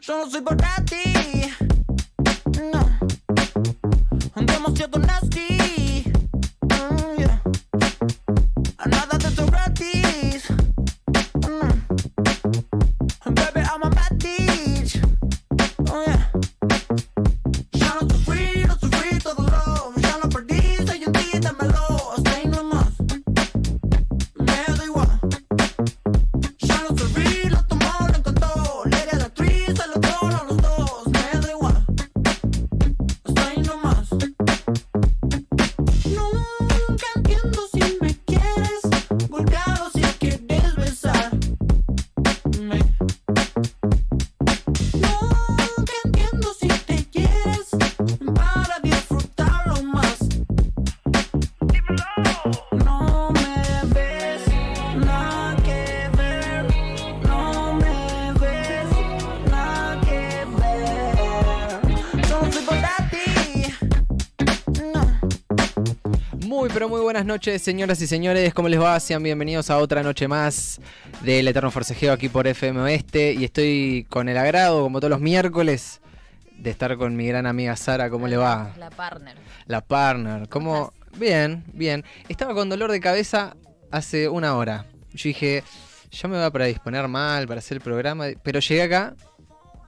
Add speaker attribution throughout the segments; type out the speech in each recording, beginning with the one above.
Speaker 1: Solo soy para ti. No. Demasiado nasty. Mm, yeah. Nada de eso gratis. Mm. Baby, I'm a bad bitch. Oh, yeah. Ya no sufrí, no sufrí todo lo Ya no perdí, soy un ti, dámelo Hasta ahí nomás Me da igual Ya lo sufrí, lo tomó, lo encantó Le di a la actriz, se lo doy a los dos Me da igual Hasta ahí nomás Nunca entiendo si me quieres Golpear o si quieres besar Me Nunca entiendo si te quieres para disfrutarlo más. No me ves, nada que ver. No me ves, nada que ver. Solo soy para ti. No.
Speaker 2: Muy, pero muy buenas noches, señoras y señores. ¿Cómo les va? Sean bienvenidos a otra noche más del Eterno Forcejeo aquí por FM Oeste. Y estoy con el agrado, como todos los miércoles, de estar con mi gran amiga Sara. ¿Cómo le va?
Speaker 3: La partner.
Speaker 2: La partner. ¿Cómo? Bien, bien. Estaba con dolor de cabeza hace una hora. Yo dije, ya me voy a predisponer mal para hacer el programa. Pero llegué acá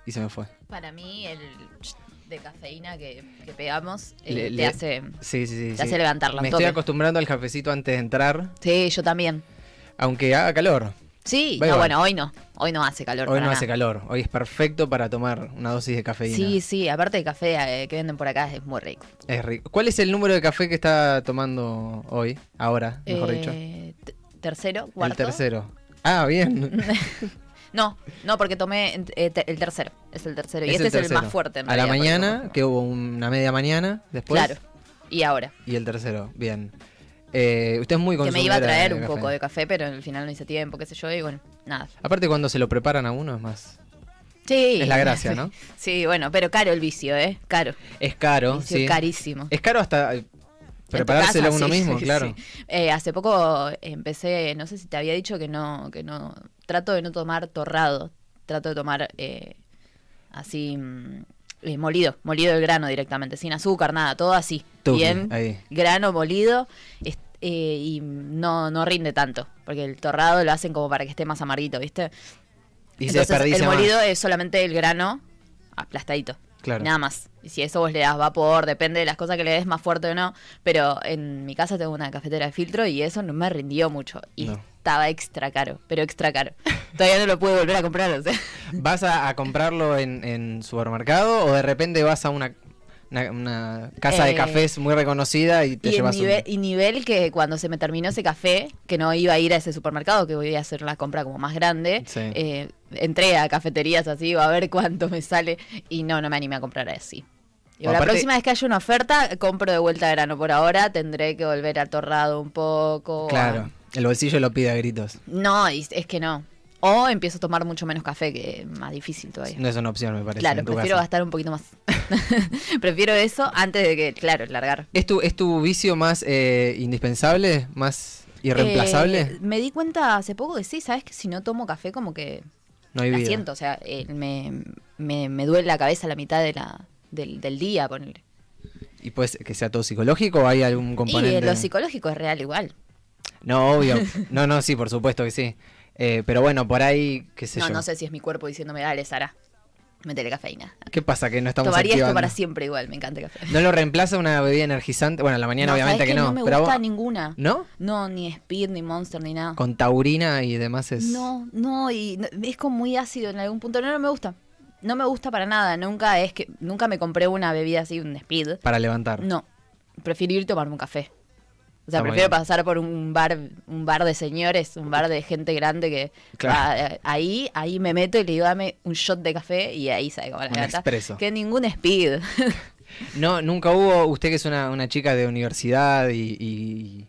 Speaker 2: y se me fue.
Speaker 3: Para mí, el ch- de cafeína que, que pegamos eh,
Speaker 2: Le-
Speaker 3: te
Speaker 2: le-
Speaker 3: hace.
Speaker 2: Sí, sí, sí.
Speaker 3: te
Speaker 2: sí.
Speaker 3: hace levantar los
Speaker 2: Me estoy
Speaker 3: toques.
Speaker 2: acostumbrando al cafecito antes de entrar,
Speaker 3: Sí, yo también.
Speaker 2: aunque haga calor.
Speaker 3: Sí,
Speaker 2: Va y
Speaker 3: no,
Speaker 2: va.
Speaker 3: bueno, hoy no. Hoy no hace calor.
Speaker 2: Hoy
Speaker 3: para
Speaker 2: no hace
Speaker 3: nada.
Speaker 2: calor, hoy es perfecto para tomar una dosis de cafeína.
Speaker 3: Sí, sí, aparte de café eh, que venden por acá es muy rico.
Speaker 2: Es rico. ¿Cuál es el número de café que está tomando hoy? Ahora, mejor
Speaker 3: Eh,
Speaker 2: dicho.
Speaker 3: t- Tercero, cuarto.
Speaker 2: El tercero. Ah, bien.
Speaker 3: No, no, porque tomé eh, te- el tercero. Es el tercero. y
Speaker 2: Es
Speaker 3: este es
Speaker 2: tercero.
Speaker 3: el más fuerte. En
Speaker 2: A la
Speaker 3: realidad, porque
Speaker 2: mañana, pues,
Speaker 3: como-
Speaker 2: que hubo una media mañana después.
Speaker 3: Claro. Y ahora.
Speaker 2: Y el tercero, bien. Eh, usted es muy
Speaker 3: Que me iba a
Speaker 2: consumidora
Speaker 3: traer
Speaker 2: de
Speaker 3: un
Speaker 2: eh, café.
Speaker 3: poco de café, pero al final no hice tiempo, qué sé yo, y bueno, nada.
Speaker 2: Aparte cuando se lo preparan a uno es más.
Speaker 3: Sí.
Speaker 2: Es la gracia, ¿no?
Speaker 3: Sí, bueno, pero caro el vicio, ¿eh? Caro.
Speaker 2: Es caro,
Speaker 3: Vicio
Speaker 2: sí.
Speaker 3: carísimo.
Speaker 2: Es caro hasta eh,
Speaker 3: En tu
Speaker 2: preparárselo a
Speaker 3: casa,
Speaker 2: uno
Speaker 3: sí,
Speaker 2: mismo,
Speaker 3: sí,
Speaker 2: claro.
Speaker 3: sí. Eh, hace poco empecé, no sé si te había dicho que no, que no, trato de no tomar torrado, trato de tomar eh, así mm, eh, molido, molido del grano directamente, sin azúcar, nada, todo así,
Speaker 2: Tuki,
Speaker 3: bien,
Speaker 2: ahí.
Speaker 3: grano molido es- eh, y no, no rinde tanto, porque el torrado lo hacen como para que esté más amarguito, ¿viste?
Speaker 2: Y se
Speaker 3: Entonces,
Speaker 2: desperdicia
Speaker 3: el
Speaker 2: más.
Speaker 3: molido es solamente el grano aplastadito.
Speaker 2: Claro.
Speaker 3: Nada más. Y si a eso vos le das vapor, depende de las cosas que le des más fuerte o no. Pero en mi casa tengo una cafetera de filtro y eso no me rindió mucho. Y
Speaker 2: No.
Speaker 3: estaba extra caro, pero extra caro. Todavía no lo pude volver a comprar, o sea.
Speaker 2: ¿Vas a, a comprarlo en, en supermercado o de repente vas a una, una- una casa de
Speaker 3: Eh,
Speaker 2: cafés muy reconocida y te
Speaker 3: Y, el
Speaker 2: llevas un-
Speaker 3: nivel, y nivel que cuando se me terminó ese café, que no iba a ir a ese supermercado, que voy a hacer la compra como más grande,
Speaker 2: Sí.
Speaker 3: eh, entré a cafeterías así, a ver cuánto me sale. Y no, no me animé a comprar así. Y
Speaker 2: Bueno,
Speaker 3: la
Speaker 2: aparte-
Speaker 3: próxima vez que haya una oferta, compro de vuelta a grano. Por ahora tendré que volver a torrado un poco. o a-
Speaker 2: Claro, el bolsillo lo pide a gritos.
Speaker 3: No, y es que no. O empiezo a tomar mucho menos café, que es más difícil todavía.
Speaker 2: No es una opción, me parece.
Speaker 3: claro,
Speaker 2: en tu
Speaker 3: prefiero
Speaker 2: casa.
Speaker 3: gastar un poquito más. prefiero eso antes de que, claro, largar.
Speaker 2: ¿Es tu, ¿Es tu vicio más eh, indispensable? ¿Más irreemplazable?
Speaker 3: Eh, me di cuenta hace poco que sí, ¿sabes? Que si no tomo café, como que
Speaker 2: no hay
Speaker 3: la
Speaker 2: vida.
Speaker 3: siento. O sea, eh, me, me- me duele la cabeza la mitad de la, del, del día, ponele.
Speaker 2: ¿Y pues que sea todo psicológico o hay algún componente?
Speaker 3: Y eh, lo psicológico es real igual.
Speaker 2: No, obvio. No, no, sí, por supuesto que sí. Eh, pero bueno, por ahí, qué sé
Speaker 3: No,
Speaker 2: yo.
Speaker 3: no sé si es mi cuerpo diciéndome, dale, Sara, métele cafeína.
Speaker 2: ¿Qué pasa que no estamos
Speaker 3: Tomaría esto
Speaker 2: activando?
Speaker 3: para siempre igual, me encanta el café.
Speaker 2: ¿No lo reemplaza una bebida energizante? Bueno, a la mañana
Speaker 3: ¿sabés
Speaker 2: obviamente que, no.
Speaker 3: No me
Speaker 2: pero a
Speaker 3: gusta
Speaker 2: vos-
Speaker 3: ninguna.
Speaker 2: ¿No?
Speaker 3: No, ni Speed, ni Monster, ni nada.
Speaker 2: Con taurina y demás es...
Speaker 3: No, no, y no- es como muy ácido en algún punto. No, no me gusta. No me gusta para nada. Nunca es que nunca me compré una bebida así, un speed.
Speaker 2: Para levantar.
Speaker 3: No. Prefiero ir a tomarme un café. O sea,
Speaker 2: Está muy
Speaker 3: prefiero
Speaker 2: bien.
Speaker 3: pasar por un bar, un bar de señores, un bar de gente grande que
Speaker 2: Claro.
Speaker 3: va, eh, ahí, ahí me meto y le digo, dame un shot de café y ahí sale como la
Speaker 2: Un
Speaker 3: gata.
Speaker 2: expreso.
Speaker 3: Que ningún speed.
Speaker 2: No, nunca hubo, usted que es una, una chica de universidad y, y-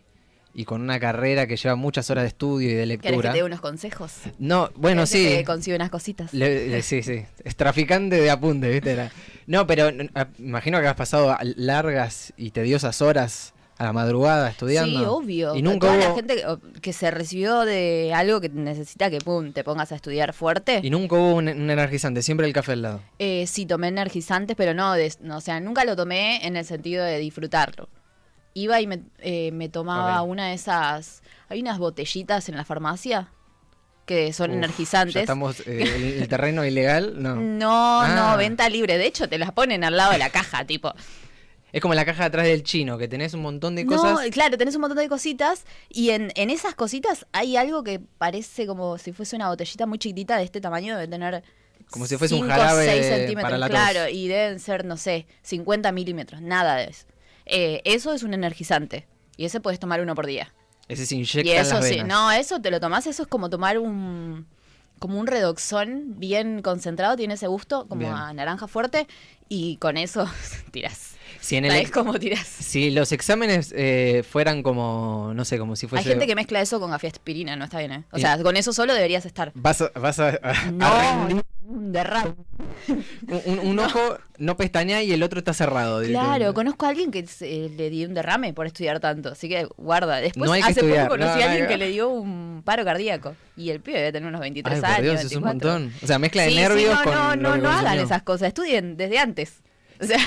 Speaker 2: y con una carrera que lleva muchas horas de estudio y de
Speaker 3: ¿Querés que
Speaker 2: lectura.
Speaker 3: te dé unos consejos?
Speaker 2: No, bueno,
Speaker 3: ¿Querés que
Speaker 2: sí.
Speaker 3: te consiga unas cositas.
Speaker 2: Le- le- sí, sí. Es traficante de apunte, ¿viste? Era- No, pero n- a- imagino que has pasado a- largas y tediosas horas a la madrugada estudiando.
Speaker 3: Sí, obvio.
Speaker 2: Y nunca
Speaker 3: Toda
Speaker 2: hubo,
Speaker 3: la gente que, o- que se recibió de algo que necesita que pum, te pongas a estudiar fuerte.
Speaker 2: y nunca hubo un, un energizante, siempre el café al lado.
Speaker 3: Eh, sí, tomé energizantes, pero no, des- no, o sea, nunca lo tomé en el sentido de disfrutarlo. Iba y me, eh, me tomaba
Speaker 2: Ok.
Speaker 3: una de esas. Hay unas botellitas en la farmacia que son
Speaker 2: Uf,
Speaker 3: energizantes. Mm.
Speaker 2: Ya estamos, eh, el, el terreno ilegal, no.
Speaker 3: No,
Speaker 2: Ah.
Speaker 3: no, venta libre. De hecho, te las ponen al lado de la caja, tipo.
Speaker 2: Es como la caja de atrás del chino, que tenés un montón de
Speaker 3: No,
Speaker 2: cosas.
Speaker 3: claro, tenés un montón de cositas y en, en esas cositas hay algo que parece como si fuese una botellita muy chiquitita de este tamaño, debe tener...
Speaker 2: Como si fuese un
Speaker 3: cinco,
Speaker 2: jarabe
Speaker 3: seis
Speaker 2: para
Speaker 3: centímetros,
Speaker 2: la tos.
Speaker 3: claro, y deben ser, no sé, 50 milímetros, nada de eso. Eh, eso es un energizante y ese puedes tomar uno por día.
Speaker 2: Ese se
Speaker 3: Y
Speaker 2: inyecta en
Speaker 3: eso
Speaker 2: las
Speaker 3: sí,
Speaker 2: venas.
Speaker 3: no, eso te lo tomás, eso es como tomar un... Como un redoxón bien concentrado, tiene ese gusto, como
Speaker 2: Bien.
Speaker 3: a naranja fuerte, y con eso tirás.
Speaker 2: Si, en el- e-
Speaker 3: ¿Sabes cómo tirás?
Speaker 2: si los exámenes eh, fueran como, no sé, como si fuese...
Speaker 3: Hay gente que mezcla eso con aspirina, no está bien, ¿eh? O
Speaker 2: Pues eh, Y- Ah,
Speaker 3: sea, con eso solo deberías estar.
Speaker 2: Vas a, vas a- a- a
Speaker 3: No,
Speaker 2: rendir
Speaker 3: de raro.
Speaker 2: un, un ojo no pestañea y el otro está cerrado.
Speaker 3: Claro,
Speaker 2: directamente.
Speaker 3: conozco a alguien que se- eh, le dio un derrame por estudiar tanto, así que guarda. Después,
Speaker 2: No hay que
Speaker 3: hace
Speaker 2: estudiar,
Speaker 3: poco conocí
Speaker 2: no,
Speaker 3: a alguien
Speaker 2: no.
Speaker 3: que le dio un paro cardíaco. Y el pibe debe tener unos 23
Speaker 2: Ay,
Speaker 3: años.
Speaker 2: por Dios, es un
Speaker 3: 24.
Speaker 2: montón. O sea, mezcla de
Speaker 3: Sí, sí,
Speaker 2: nervios
Speaker 3: no,
Speaker 2: con
Speaker 3: no,
Speaker 2: lo
Speaker 3: no,
Speaker 2: que
Speaker 3: no hagan
Speaker 2: consumió.
Speaker 3: esas cosas, estudien desde antes. O sea,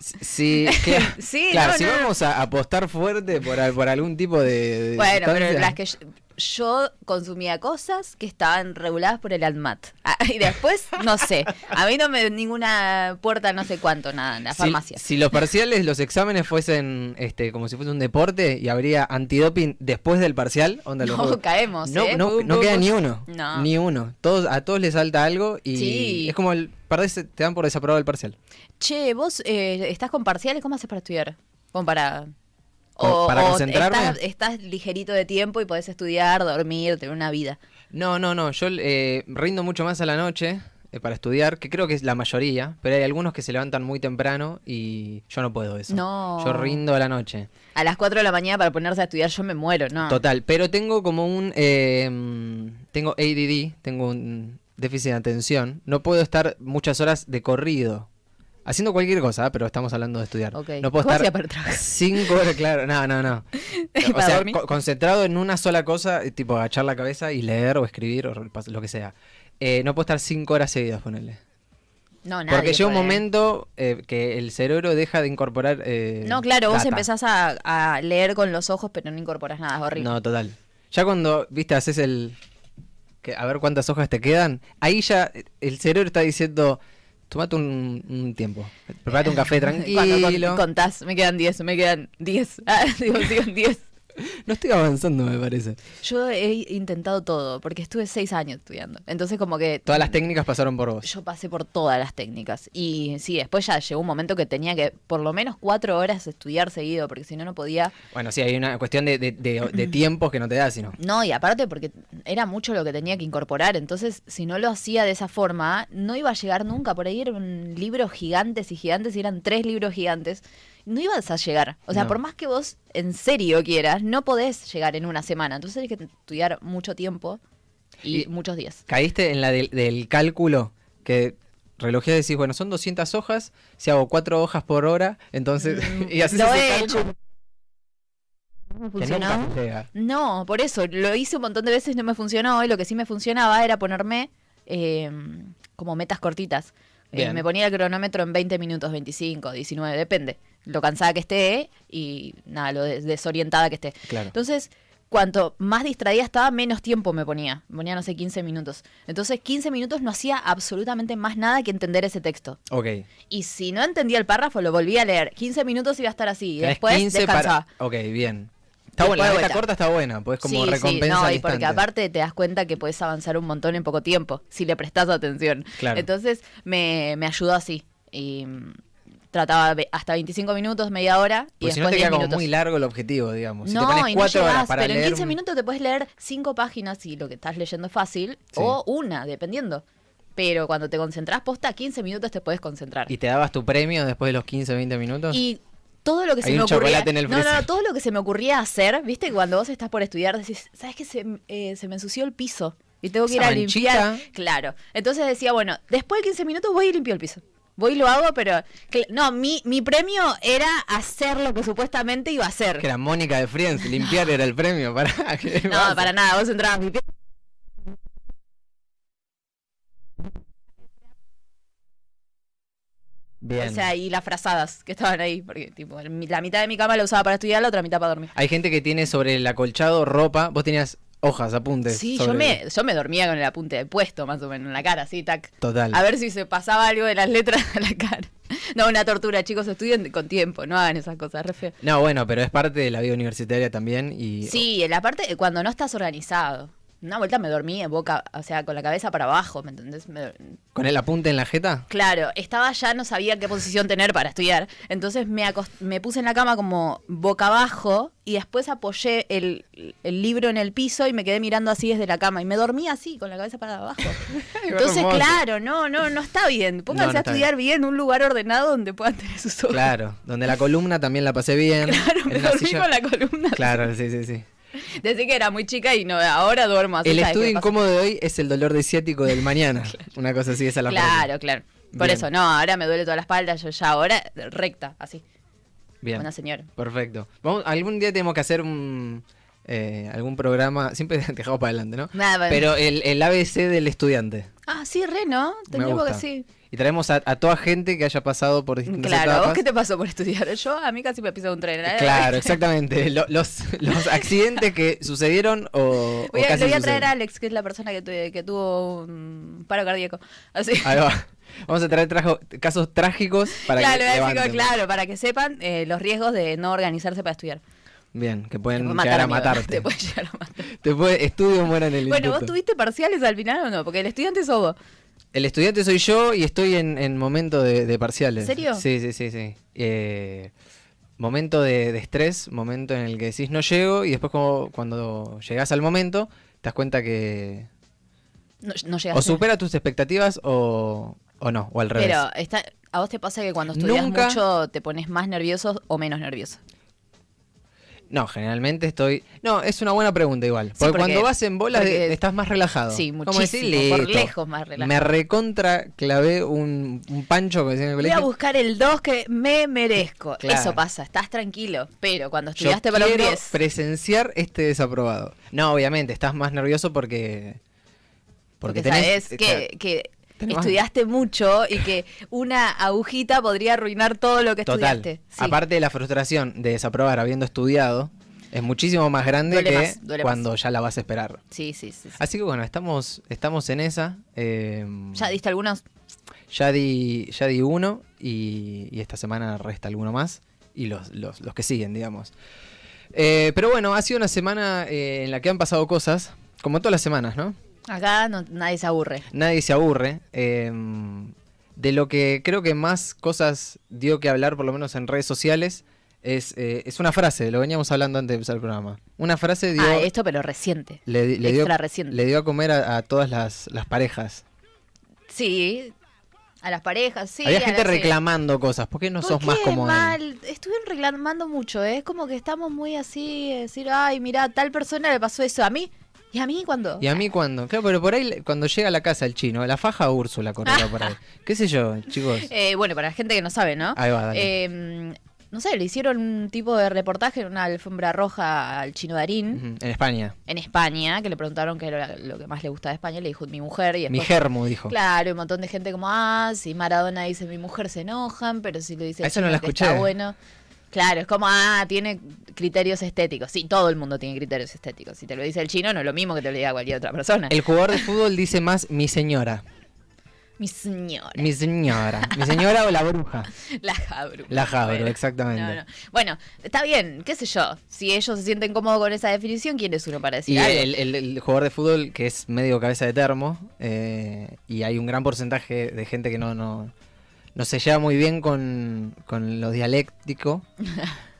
Speaker 2: Sí, cla-
Speaker 3: Sí,
Speaker 2: claro,
Speaker 3: no,
Speaker 2: si
Speaker 3: no, no.
Speaker 2: vamos a apostar fuerte por, al- por algún tipo de, de
Speaker 3: bueno, pero
Speaker 2: sustancia.
Speaker 3: las que yo, yo consumía cosas que estaban reguladas por el ANMAT. Ah, Y después, no sé, a mí no me ninguna puerta, no sé cuánto, nada, en la
Speaker 2: Si-
Speaker 3: farmacia.
Speaker 2: Si, los parciales, los exámenes fuesen este, como si fuese un deporte y habría antidoping después del parcial, onda lo
Speaker 3: No,
Speaker 2: juro.
Speaker 3: caemos,
Speaker 2: No,
Speaker 3: ¿eh?
Speaker 2: no-
Speaker 3: Pum,
Speaker 2: no
Speaker 3: pum,
Speaker 2: queda
Speaker 3: pum.
Speaker 2: ni uno.
Speaker 3: No.
Speaker 2: Ni uno. Todos, a todos les salta algo y
Speaker 3: Sí.
Speaker 2: es como el, perdés- te dan por desaprobado el parcial.
Speaker 3: Che, vos eh, estás con parciales, ¿cómo haces para estudiar? Como para...
Speaker 2: Como para concentrarme.
Speaker 3: Estás, estás ligerito de tiempo y podés estudiar, dormir, tener una vida.
Speaker 2: No, no, no. Yo eh, rindo mucho más a la noche eh, para estudiar, que creo que es la mayoría, pero hay algunos que se levantan muy temprano y yo no puedo eso.
Speaker 3: No.
Speaker 2: Yo rindo a la noche.
Speaker 3: A las 4 de la mañana para ponerse a estudiar yo me muero, ¿no?
Speaker 2: Total, pero tengo como un... eh, mm, tengo ADD, tengo un déficit de atención. No puedo estar muchas horas de corrido. Haciendo cualquier cosa, ¿ah? pero estamos hablando de estudiar.
Speaker 3: Ok.
Speaker 2: No puedo
Speaker 3: ¿Cómo hacía
Speaker 2: estar
Speaker 3: para trabajar?
Speaker 2: cinco horas, claro. No, no, no. O
Speaker 3: ¿Para
Speaker 2: sea,
Speaker 3: dormir?
Speaker 2: co- concentrado en una sola cosa, eh, tipo agachar la cabeza y leer o escribir o pas- lo que sea. Eh, no puedo estar cinco horas seguidas, ponerle.
Speaker 3: No, nadie
Speaker 2: Porque llega un
Speaker 3: puede.
Speaker 2: momento eh, que el cerebro deja de incorporar... eh,
Speaker 3: No, claro, vos
Speaker 2: data.
Speaker 3: empezás a, a leer con los ojos, pero no incorporas nada, es horrible.
Speaker 2: No, total. Ya cuando, viste, haces el. que- a ver cuántas hojas te quedan. Ahí ya el cerebro está diciendo. Tomate un, un tiempo. Prepárate un café
Speaker 3: Cuando con-
Speaker 2: tranquilo.
Speaker 3: contás, me quedan 10, me quedan 10. Ah, digo, sigo en 10.
Speaker 2: No estoy avanzando, me parece.
Speaker 3: Yo he intentado todo, porque estuve 6 años estudiando. Entonces, como que.
Speaker 2: Todas las técnicas pasaron por vos.
Speaker 3: Yo pasé por todas las técnicas. Y sí, después ya llegó un momento que tenía que por lo menos 4 horas estudiar seguido, porque si no, no podía.
Speaker 2: Bueno, sí, hay una cuestión de, de- de- de tiempos que no te da, sino.
Speaker 3: No, y aparte porque era mucho lo que tenía que incorporar, entonces si no lo hacía de esa forma, no iba a llegar nunca. Por ahí eran libros gigantes y gigantes, y eran tres libros gigantes, no ibas a llegar. O sea,
Speaker 2: No.
Speaker 3: por más que vos en serio quieras, no podés llegar en una semana. Entonces tenés que estudiar mucho tiempo y,
Speaker 2: Y-
Speaker 3: muchos días.
Speaker 2: Caíste en la del, del cálculo que relojeas y decís, bueno, son 200 hojas, si hago 4 hojas por hora, entonces. y haces
Speaker 3: Mm. Lo
Speaker 2: ese
Speaker 3: he
Speaker 2: cálculo
Speaker 3: hecho. ¿No
Speaker 2: que
Speaker 3: funcionó?
Speaker 2: nunca llega.
Speaker 3: No, por eso, lo hice un montón de veces, no me funcionó. Y lo que sí me funcionaba era ponerme eh, como metas cortitas. Eh,
Speaker 2: Bien.
Speaker 3: me ponía el cronómetro en 20 minutos, 25, 19, depende. Lo cansada que esté y nada, lo des- desorientada que esté.
Speaker 2: Claro.
Speaker 3: Entonces, cuanto más distraída estaba, menos tiempo me ponía. Me ponía, no sé, 15 minutos. Entonces, 15 minutos no hacía absolutamente más nada que entender ese texto.
Speaker 2: Ok.
Speaker 3: Y si no entendía el párrafo, lo volvía a leer. 15 minutos iba a estar así. Y
Speaker 2: Tenés
Speaker 3: después
Speaker 2: 15 para-
Speaker 3: descansaba.
Speaker 2: Ok, bien. Está
Speaker 3: Después
Speaker 2: buena, la
Speaker 3: de
Speaker 2: meta
Speaker 3: vuelta.
Speaker 2: corta está buena, pues como
Speaker 3: sí,
Speaker 2: recompensa.
Speaker 3: sí, no,
Speaker 2: al
Speaker 3: y porque
Speaker 2: instante.
Speaker 3: aparte te das cuenta que puedes avanzar un montón en poco tiempo, si le prestas atención.
Speaker 2: Claro.
Speaker 3: Entonces me, me ayudó así. Y mm, trataba ve- hasta 25 minutos, media hora, y
Speaker 2: Porque Pues si
Speaker 3: después
Speaker 2: no te
Speaker 3: 10
Speaker 2: queda como
Speaker 3: minutos.
Speaker 2: muy largo el objetivo, digamos. Si te
Speaker 3: no,
Speaker 2: pones
Speaker 3: y no
Speaker 2: cuatro horas
Speaker 3: llegás,
Speaker 2: para
Speaker 3: pero en
Speaker 2: leer
Speaker 3: 15
Speaker 2: un-
Speaker 3: minutos te puedes leer cinco páginas y lo que estás leyendo es fácil,
Speaker 2: Sí.
Speaker 3: o una, dependiendo. Pero cuando te concentrás posta, 15 minutos te puedes concentrar.
Speaker 2: ¿Y te dabas tu premio después de los 15, 20 minutos?
Speaker 3: Y todo lo que
Speaker 2: Hay
Speaker 3: se
Speaker 2: un
Speaker 3: me ocurría.
Speaker 2: chocolate en el
Speaker 3: no, no,
Speaker 2: freezer.
Speaker 3: todo lo que se me ocurría hacer, viste, cuando vos estás por estudiar, decís, ¿sabes qué? Se, eh, se me ensució el piso y tengo que ir
Speaker 2: Esa
Speaker 3: a limpiar.
Speaker 2: manchita.
Speaker 3: Claro. Entonces decía, bueno, después de 15 minutos voy y limpio el piso. Voy y lo hago, pero. cl- No, mi, mi premio era hacer lo que supuestamente iba a hacer.
Speaker 2: Que era Mónica de Friends, limpiar era el premio para
Speaker 3: No, para nada, vos entrabas a mi pieza.
Speaker 2: Bien.
Speaker 3: O sea, y las frazadas que estaban ahí, porque tipo, mi- la mitad de mi cama la usaba para estudiar, la otra mitad para dormir.
Speaker 2: Hay gente que tiene sobre el acolchado ropa. Vos tenías hojas, apuntes.
Speaker 3: Sí,
Speaker 2: sobre-
Speaker 3: yo me, yo me dormía con el apunte de puesto, más o menos, en la cara, así, tac.
Speaker 2: Total.
Speaker 3: A ver si se pasaba algo de las letras a la cara. No, una tortura, chicos, estudien con tiempo, no hagan esas cosas, re feo.
Speaker 2: No, bueno, pero es parte de la vida universitaria también. Y...
Speaker 3: Sí, la parte de cuando no estás organizado. Una vuelta me dormí en boca, o sea, con la cabeza para abajo, ¿me entendés? Me-
Speaker 2: ¿Con el apunte en la jeta?
Speaker 3: claro, estaba ya, no sabía qué posición tener para estudiar. Entonces me, acos- me puse en la cama como boca abajo y después apoyé el, el libro en el piso y me quedé mirando así desde la cama. Y me dormí así, con la cabeza para abajo. Entonces,
Speaker 2: hermoso.
Speaker 3: claro, no, no, no está bien. Pónganse
Speaker 2: No, no
Speaker 3: a
Speaker 2: está
Speaker 3: estudiar bien. un lugar ordenado donde puedan tener sus ojos.
Speaker 2: Claro, donde la columna también la pasé bien.
Speaker 3: Claro,
Speaker 2: en
Speaker 3: me
Speaker 2: una
Speaker 3: dormí
Speaker 2: silla-
Speaker 3: con la columna.
Speaker 2: Claro, sí, sí, sí.
Speaker 3: Desde que era muy chica y no, ahora duermo así.
Speaker 2: el
Speaker 3: ¿sabes
Speaker 2: estudio
Speaker 3: qué pasa?
Speaker 2: incómodo de hoy es el dolor de ciático del mañana. Una cosa así, esa es la
Speaker 3: Claro, claro. Por
Speaker 2: Bien.
Speaker 3: eso, no, ahora me duele toda la espalda, yo ya ahora recta, así.
Speaker 2: frase. Bien.
Speaker 3: Buena señora.
Speaker 2: Perfecto. Vamos, algún día tenemos que hacer un, eh, algún programa. Siempre dejamos para adelante, ¿no?
Speaker 3: Nada, bueno.
Speaker 2: Pero el, el ABC del estudiante.
Speaker 3: Ah, sí, re, ¿no?
Speaker 2: Me
Speaker 3: Tendríamos que
Speaker 2: gusta.
Speaker 3: sí.
Speaker 2: Y traemos a, a toda gente que haya pasado por distintas
Speaker 3: Claro, ¿vos
Speaker 2: etapas.
Speaker 3: qué te pasó por estudiar? Yo a mí casi me piso un tren. ¿eh?
Speaker 2: Claro, exactamente. Lo- los, los accidentes que sucedieron o,
Speaker 3: Voy
Speaker 2: o
Speaker 3: a,
Speaker 2: casi
Speaker 3: le voy a traer
Speaker 2: suceden.
Speaker 3: a Alex, que es la persona que, tu- que tuvo un paro cardíaco. Así.
Speaker 2: Ahí va. Vamos a traer trajo- casos trágicos Ah, para que
Speaker 3: claro, le voy a decir,
Speaker 2: levanten.
Speaker 3: claro, para que sepan eh, los riesgos de no organizarse para estudiar.
Speaker 2: Bien, que
Speaker 3: Te
Speaker 2: pueden
Speaker 3: puede
Speaker 2: llegar a
Speaker 3: amigo,
Speaker 2: matarte.
Speaker 3: Te puede llegar a matar.
Speaker 2: Te puede- estudio muera en el
Speaker 3: Bueno, ¿vos
Speaker 2: instituto.
Speaker 3: tuviste parciales al final o no? Porque el estudiante sos vos.
Speaker 2: El estudiante soy yo y estoy en, en momento de, de parciales.
Speaker 3: ¿En serio?
Speaker 2: Sí, sí, sí, sí. Eh, momento de, de estrés, momento en el que decís no llego y después como, cuando llegás al momento te das cuenta que
Speaker 3: No, no llegaste.
Speaker 2: o supera tus expectativas o, o no, o al revés.
Speaker 3: Pero está, a vos te pasa que cuando estudias
Speaker 2: Nunca-
Speaker 3: mucho te pones más nervioso o menos nervioso.
Speaker 2: No, generalmente estoy... No, es una buena pregunta igual. Porque,
Speaker 3: porque-
Speaker 2: cuando vas en bolas
Speaker 3: porque-
Speaker 2: de- estás más relajado.
Speaker 3: Sí,
Speaker 2: Como decís,
Speaker 3: muchísimo, por
Speaker 2: "Listo".
Speaker 3: lejos más relajado.
Speaker 2: Me recontra clavé un, un pancho que decía en el
Speaker 3: Voy a
Speaker 2: colegio.
Speaker 3: buscar el 2 que me merezco.
Speaker 2: Claro.
Speaker 3: Eso pasa, estás tranquilo. Pero cuando
Speaker 2: Yo
Speaker 3: estudiaste para un
Speaker 2: quiero
Speaker 3: 10,
Speaker 2: presenciar este desaprobado. No, obviamente, estás más nervioso porque.
Speaker 3: porque
Speaker 2: tenés-
Speaker 3: sabes
Speaker 2: claro,
Speaker 3: que, que
Speaker 2: tenés más-
Speaker 3: estudiaste mucho y que una agujita podría arruinar todo lo que
Speaker 2: Total.
Speaker 3: estudiaste. Sí.
Speaker 2: Aparte de la frustración de desaprobar habiendo estudiado, es muchísimo más grande
Speaker 3: Duele
Speaker 2: que
Speaker 3: más, duele
Speaker 2: cuando ya la vas a esperar.
Speaker 3: Sí, sí, sí. sí.
Speaker 2: Así que bueno, estamos, estamos en esa. eh,
Speaker 3: ¿Ya diste algunos?
Speaker 2: ya di, ya di uno y, y esta semana resta alguno más y los, los- los que siguen, digamos. Eh, pero bueno, ha sido una semana eh, en la que han pasado cosas, como todas las semanas, ¿no?
Speaker 3: Acá no- nadie se aburre.
Speaker 2: nadie se aburre. eh, de lo que creo que más cosas dio que hablar, por lo menos en redes sociales, es, eh, es una frase, lo veníamos hablando antes de empezar el programa. Una frase dio,
Speaker 3: ah, esto pero reciente.
Speaker 2: le, di- le dio,
Speaker 3: extra reciente.
Speaker 2: le dio a comer a, a todas las, las parejas.
Speaker 3: Sí, a las parejas, sí.
Speaker 2: Había
Speaker 3: a
Speaker 2: gente
Speaker 3: las-
Speaker 2: reclamando cosas, ¿por qué no
Speaker 3: ¿Por
Speaker 2: sos más
Speaker 3: qué
Speaker 2: como él?
Speaker 3: mal? Estuvieron reclamando mucho, ¿eh? es como que estamos muy así, eh, decir, ay, mira, tal persona le pasó eso a mí. ¿Y a mí cuándo?
Speaker 2: ¿Y a mí cuándo? Claro, pero por ahí, le- cuando llega a la casa el chino, la faja a Úrsula corrió por ahí. ¿Qué sé yo, chicos?
Speaker 3: Eh, bueno, para la gente que no sabe, ¿no?
Speaker 2: Ahí va, Ah, dale.
Speaker 3: Eh, no sé, le hicieron un tipo de reportaje en una alfombra roja al chino Darín,
Speaker 2: Ujú, En España.
Speaker 3: en España, que le preguntaron qué era lo que más le gustaba de España, y le dijo mi mujer y
Speaker 2: Mi
Speaker 3: después...
Speaker 2: germu dijo.
Speaker 3: Claro, un montón de gente como, ah, si Maradona dice mi mujer se enojan, pero si lo dice
Speaker 2: Ah,
Speaker 3: el
Speaker 2: eso no
Speaker 3: chino
Speaker 2: lo
Speaker 3: que
Speaker 2: escuché.
Speaker 3: está bueno. Claro, es como, ah, tiene criterios estéticos. Sí, todo el mundo tiene criterios estéticos. Si te lo dice el chino, no es lo mismo que te lo diga cualquier otra persona.
Speaker 2: El jugador de fútbol dice más mi señora.
Speaker 3: Mi señora,
Speaker 2: Mi señora. Mi señora o la bruja.
Speaker 3: la jabru.
Speaker 2: La jabru,
Speaker 3: Bueno,
Speaker 2: exactamente.
Speaker 3: no, no. Bueno, está bien, qué sé yo. Si ellos se sienten cómodos con esa definición, ¿quién es uno para decir
Speaker 2: Y
Speaker 3: algo?
Speaker 2: el, el- el jugador de fútbol que es medio cabeza de termo. eh, y hay un gran porcentaje de gente que no, no, no se lleva muy bien con, con lo dialéctico.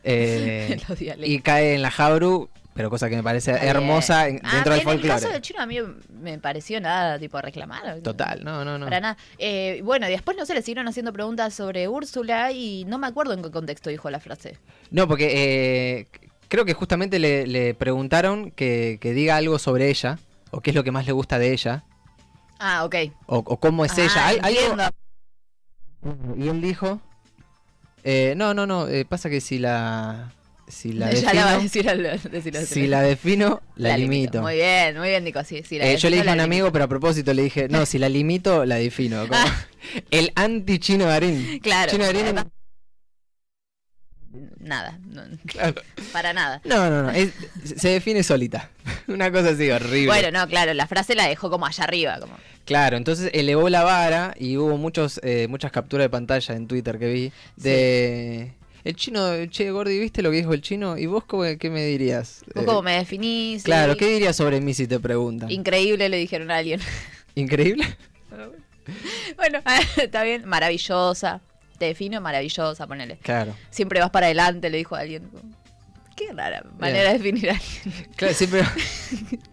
Speaker 2: eh,
Speaker 3: Lo dialéctico.
Speaker 2: Y cae en la jabru, pero cosa que me parece
Speaker 3: Está
Speaker 2: hermosa
Speaker 3: bien.
Speaker 2: en-
Speaker 3: Ah,
Speaker 2: dentro del
Speaker 3: en el caso del
Speaker 2: folclore.
Speaker 3: chino a mí me pareció nada tipo reclamar.
Speaker 2: Total, no, no, no.
Speaker 3: Para nada. Eh, bueno, y después no sé, le siguieron haciendo preguntas sobre Úrsula y no me acuerdo en qué contexto dijo la frase.
Speaker 2: No, porque eh, creo que justamente le, le preguntaron que, que diga algo sobre ella, o qué es lo que más le gusta de ella,
Speaker 3: Ah, ok.
Speaker 2: o, o cómo es
Speaker 3: Ah,
Speaker 2: ella. Al- algo-
Speaker 3: entiendo.
Speaker 2: Y él dijo, eh, no, no, no, eh, pasa que si la, si la
Speaker 3: ya la va a
Speaker 2: defino,
Speaker 3: decir al decirlo al-
Speaker 2: si la defino, la, limito.
Speaker 3: Muy bien, muy bien, Nico. Sí, sí, la
Speaker 2: Eh, yo le
Speaker 3: defino,
Speaker 2: dije a un
Speaker 3: la
Speaker 2: amigo, pero a propósito le dije, no, si la limito, la defino. como
Speaker 3: Ah.
Speaker 2: el anti-chino Darín.
Speaker 3: limito. Claro.
Speaker 2: Chino Darín-
Speaker 3: además- Nada, no-
Speaker 2: Claro.
Speaker 3: para nada.
Speaker 2: No, no, no, es- se define solita. Una cosa así horrible.
Speaker 3: Bueno, no, claro, la frase la dejó como allá arriba, como
Speaker 2: Claro, entonces elevó la vara y hubo muchos, eh, muchas capturas de pantalla en Twitter que vi de... El chino, che, Gordi, ¿viste lo que dijo el chino? ¿Y vos cómo- qué me dirías?
Speaker 3: vos
Speaker 2: Eh,
Speaker 3: como me definís.
Speaker 2: Claro,
Speaker 3: sí.
Speaker 2: ¿qué dirías sobre mí si te preguntan?
Speaker 3: Increíble le dijeron a alguien.
Speaker 2: ¿Increíble?
Speaker 3: bueno, está bien, maravillosa. Te defino maravillosa, ponele.
Speaker 2: Claro.
Speaker 3: Siempre vas para adelante, le dijo a alguien. Qué rara manera de definir a alguien.
Speaker 2: Claro, siempre...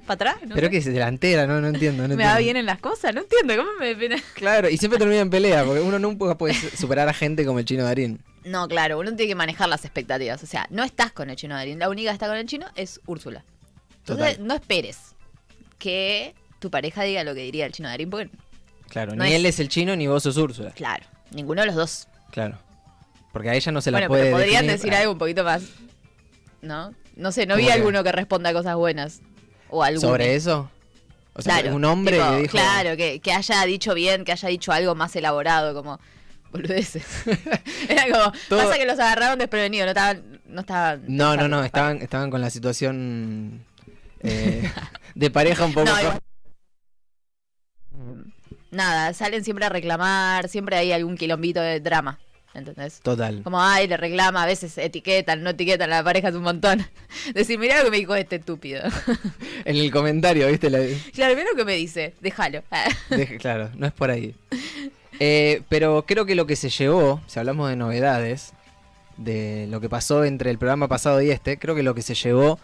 Speaker 3: ¿Para atrás? No
Speaker 2: Pero
Speaker 3: sé.
Speaker 2: que es delantera, no, no entiendo. No
Speaker 3: me va
Speaker 2: entiendo.
Speaker 3: bien en las cosas, no entiendo, ¿cómo me definen?
Speaker 2: Claro, y siempre termina en pelea, porque uno nunca puede superar a gente como el chino Darín.
Speaker 3: No, claro, uno tiene que manejar las expectativas. O sea, no estás con el chino Darín. La única que está con el chino es Úrsula. Entonces,
Speaker 2: Total.
Speaker 3: no esperes que tu pareja diga lo que diría el chino Darín, porque,
Speaker 2: Claro,
Speaker 3: No
Speaker 2: ni
Speaker 3: es-
Speaker 2: él es el chino ni vos sos Úrsula.
Speaker 3: claro, ninguno de los dos.
Speaker 2: Claro. Porque a ella no se la
Speaker 3: Bueno,
Speaker 2: puede
Speaker 3: pero podrían
Speaker 2: definir.
Speaker 3: decir
Speaker 2: Ah,
Speaker 3: algo un poquito más. ¿No? No sé, no
Speaker 2: ¿Cómo
Speaker 3: vi
Speaker 2: que?
Speaker 3: alguno que responda cosas buenas. O algo.
Speaker 2: ¿Sobre eso? O sea, un hombre que dijo...
Speaker 3: Claro, que, que haya dicho bien, que haya dicho algo más elaborado, como. Boludeces. Era como.
Speaker 2: Todo-
Speaker 3: Pasa que los agarraron desprevenidos, no estaban. No, estaban
Speaker 2: No, no,
Speaker 3: pensando.
Speaker 2: no, estaban, estaban con la situación eh, de pareja un poco...
Speaker 3: No, igual- Nada, salen siempre a reclamar, siempre hay algún quilombito de drama. ¿Entendés?
Speaker 2: Total.
Speaker 3: Como, ay, le reclama, a veces etiquetan, no etiquetan a la pareja es un montón. Decir, mirá lo que me dijo este estúpido.
Speaker 2: En el comentario, ¿viste? La-
Speaker 3: Claro, mirá lo que me dice, déjalo.
Speaker 2: Deje- claro, no es por ahí. Eh, pero creo que lo que se llevó, si hablamos de novedades, de lo que pasó entre el programa pasado y este, creo que lo que se llevó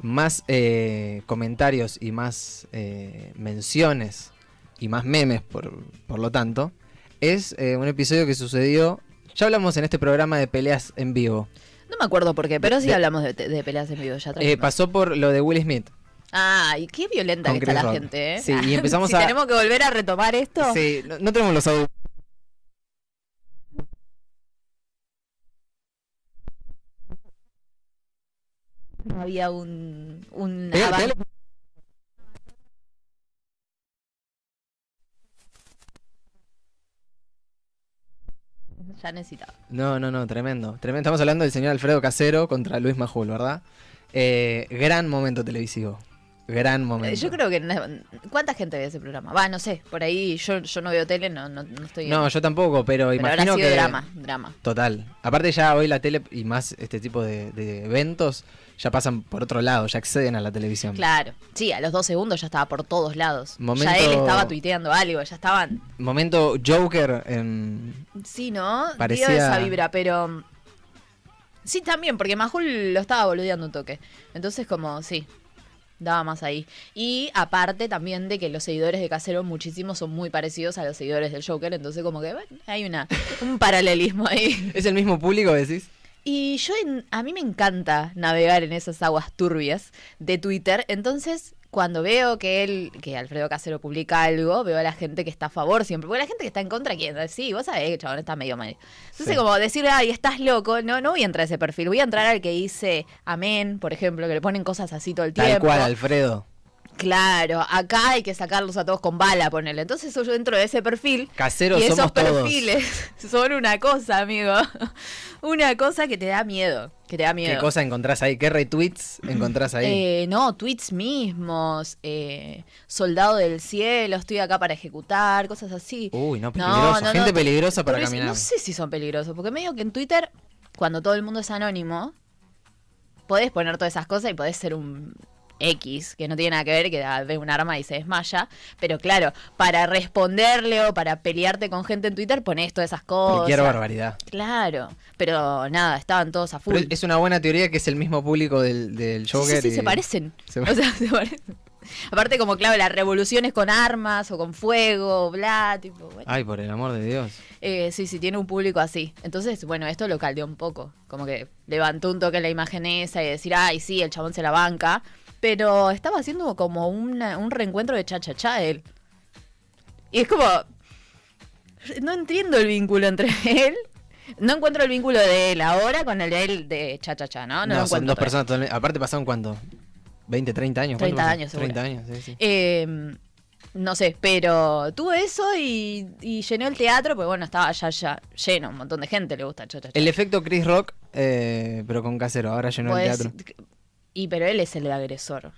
Speaker 2: más eh, comentarios y más eh, menciones y más memes, por, por lo tanto, es eh, un episodio que sucedió, ya hablamos en este programa de peleas en vivo,
Speaker 3: No me acuerdo por qué, pero sí
Speaker 2: De-
Speaker 3: hablamos de, de peleas en vivo ya.
Speaker 2: Eh,
Speaker 3: tranquilo.
Speaker 2: pasó por lo de Will Smith.
Speaker 3: Ah, y qué violenta
Speaker 2: Con
Speaker 3: que está
Speaker 2: Chris
Speaker 3: la
Speaker 2: Rock.
Speaker 3: gente, ¿eh?
Speaker 2: Sí, y empezamos
Speaker 3: Si
Speaker 2: a-
Speaker 3: tenemos que volver a retomar esto.
Speaker 2: Sí, no, no tenemos los audios.
Speaker 3: No había un, un
Speaker 2: Pegale,
Speaker 3: avance.
Speaker 2: pegale.
Speaker 3: Ya necesitaba.
Speaker 2: No, no, no, tremendo. Tremendo. Estamos hablando del señor Alfredo Casero contra Luis Majul, ¿verdad? Eh, gran momento televisivo. Gran
Speaker 3: Eh,
Speaker 2: momento.
Speaker 3: Yo creo que. na- ¿Cuánta gente ve ese programa? Va, no sé. Por ahí yo, yo no veo tele, no, no, no estoy.
Speaker 2: No, yo tampoco, pero,
Speaker 3: pero habrá
Speaker 2: imagino
Speaker 3: sido
Speaker 2: que.
Speaker 3: drama, drama.
Speaker 2: Total. Aparte ya hoy la tele y más este tipo de, de eventos ya pasan por otro lado, ya acceden a la televisión.
Speaker 3: Claro. Sí, a los dos segundos ya estaba por todos lados.
Speaker 2: Momento-
Speaker 3: Ya él estaba tuiteando algo, ya estaban.
Speaker 2: Momento Joker en...
Speaker 3: Sí, ¿no?
Speaker 2: Parecía-
Speaker 3: Dio esa vibra, pero. mm, Sí, también, porque Majul lo estaba boludeando un toque. Entonces, como, sí, daba más ahí. Y aparte también de que los seguidores de Casero, muchísimos, son muy parecidos a los seguidores del Joker. Entonces, como que, bueno, hay una, un paralelismo ahí.
Speaker 2: ¿Es el mismo público, decís?
Speaker 3: Y yo, en- a mí me encanta navegar en esas aguas turbias de Twitter. Entonces, cuando veo que él, que Alfredo Casero publica algo, veo a la gente que está a favor siempre. Porque la gente que está en contra, ¿quién? Sí, vos sabés que el chabón está medio mal. Entonces,
Speaker 2: Sí.
Speaker 3: como decir, ay, estás loco, no, no voy a entrar a ese perfil. Voy a entrar al que dice amén, por ejemplo, que le ponen cosas así todo el
Speaker 2: Tal
Speaker 3: tiempo.
Speaker 2: cual, Alfredo.
Speaker 3: Claro, acá hay que sacarlos a todos con bala, ponele. Entonces, yo entro de ese perfil.
Speaker 2: Caseros
Speaker 3: Y esos
Speaker 2: somos todos.
Speaker 3: perfiles son una cosa, amigo. Una cosa que te da miedo. Que te da miedo.
Speaker 2: ¿Qué cosa encontrás ahí? ¿Qué retweets encontrás ahí?
Speaker 3: Eh, no, tweets mismos, eh, soldado del cielo, estoy acá para ejecutar, cosas así.
Speaker 2: Uy, no, peligroso. Gente peligrosa para
Speaker 3: pero es-
Speaker 2: caminar.
Speaker 3: No sé si son peligrosos, porque medio que en Twitter, cuando todo el mundo es anónimo, podés poner todas esas cosas y podés ser un X, que no tiene nada que ver, que da- ve un arma y se desmaya. Pero claro, para responderle o para pelearte con gente en Twitter, ponés todas esas cosas.
Speaker 2: Cualquier barbaridad.
Speaker 3: Claro, pero nada, estaban todos a full.
Speaker 2: Pero es una buena teoría que es el mismo público del, del
Speaker 3: Sí,
Speaker 2: Joker.
Speaker 3: sí, sí,
Speaker 2: y-
Speaker 3: se parecen.
Speaker 2: se
Speaker 3: O sea, se parecen. Aparte, como claro, las revoluciones con armas o con fuego, bla, tipo, bueno.
Speaker 2: Ay, por el amor de Dios.
Speaker 3: Eh, sí, sí, tiene un público así. Entonces, bueno, esto lo caldeó un poco. Como que levantó un toque la imagen esa y decir, ay, sí, el chabón se la banca. Pero estaba haciendo como una- un reencuentro de cha-cha-cha él. Y es como. No entiendo el vínculo entre él. No encuentro el vínculo de él ahora con el de él de Cha Cha Cha, ¿no? Ah, No,
Speaker 2: No,
Speaker 3: lo
Speaker 2: son
Speaker 3: encuentro
Speaker 2: dos personas totalmente- Aparte pasaron cuánto? 20, 30 años. ¿cuánto
Speaker 3: 30
Speaker 2: pasó?
Speaker 3: años, seguro.
Speaker 2: 30 años, sí, sí.
Speaker 3: Eh, no sé, pero tuvo eso y, y llenó el teatro, porque bueno, estaba ya, ya lleno, un montón de gente le gusta Cha Cha Cha.
Speaker 2: El efecto Chris Rock, eh, pero con casero. Ahora llenó
Speaker 3: Podés-
Speaker 2: el teatro.
Speaker 3: Pues, Y pero él es el agresor.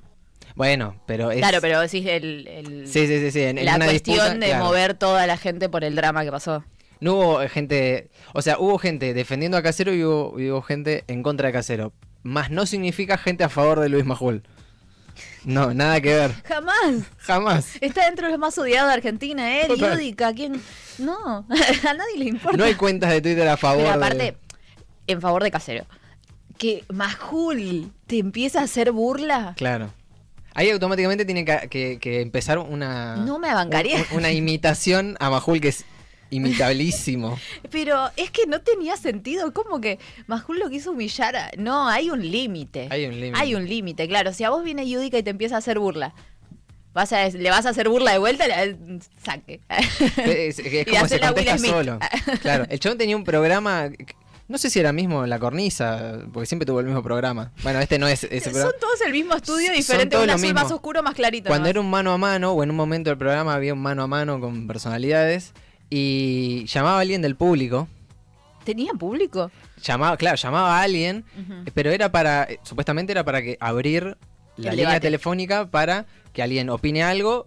Speaker 2: Bueno, pero es.
Speaker 3: Claro, pero decís el, el-
Speaker 2: Sí, sí, sí. sí, En, en
Speaker 3: la
Speaker 2: una
Speaker 3: cuestión
Speaker 2: disputa,
Speaker 3: de
Speaker 2: claro.
Speaker 3: mover toda la gente por el drama que pasó.
Speaker 2: No hubo eh, gente. O sea, hubo gente defendiendo a Casero y hubo, y hubo gente en contra de Casero. Más no significa gente a favor de Luis Majul. No, nada que ver.
Speaker 3: Jamás.
Speaker 2: Jamás.
Speaker 3: Está dentro de los más odiados de Argentina, él,
Speaker 2: Total.
Speaker 3: Yudica, ¿quién? No, a nadie le importa.
Speaker 2: No hay cuentas de Twitter a favor.
Speaker 3: Pero
Speaker 2: de-
Speaker 3: aparte, en favor de Casero, que Majul te empieza a hacer burla.
Speaker 2: Claro. Ahí automáticamente tiene que, que- que empezar una.
Speaker 3: No me bancaría.
Speaker 2: un- una imitación a Majul que es imitabilísimo.
Speaker 3: Pero es que no tenía sentido, como que Majul lo quiso humillar. a- No, hay un límite.
Speaker 2: Hay un límite.
Speaker 3: Hay un límite, claro. Si a vos viene Yudica y te empieza a hacer burla, vas a, le vas a hacer burla de vuelta, le- saque.
Speaker 2: Es, es
Speaker 3: Y
Speaker 2: como se
Speaker 3: hacerla a Will
Speaker 2: contesta
Speaker 3: Smith.
Speaker 2: solo. Claro. El chabón tenía un programa. que- No sé si era mismo en La Cornisa, porque siempre tuvo el mismo programa. Bueno, este no es ese programa.
Speaker 3: Son todos el mismo estudio,
Speaker 2: Son
Speaker 3: diferente,
Speaker 2: todos
Speaker 3: un
Speaker 2: lo
Speaker 3: azul
Speaker 2: mismo.
Speaker 3: más oscuro, más clarito.
Speaker 2: Cuando
Speaker 3: nomás.
Speaker 2: era un mano a mano, o en un momento del programa había un mano a mano con personalidades, y llamaba a alguien del público.
Speaker 3: ¿Tenía público?
Speaker 2: Llamaba, claro, llamaba a alguien,
Speaker 3: Ujú.
Speaker 2: pero era para, eh, supuestamente era para que abrir la
Speaker 3: El
Speaker 2: línea
Speaker 3: debate.
Speaker 2: telefónica para que alguien opine algo,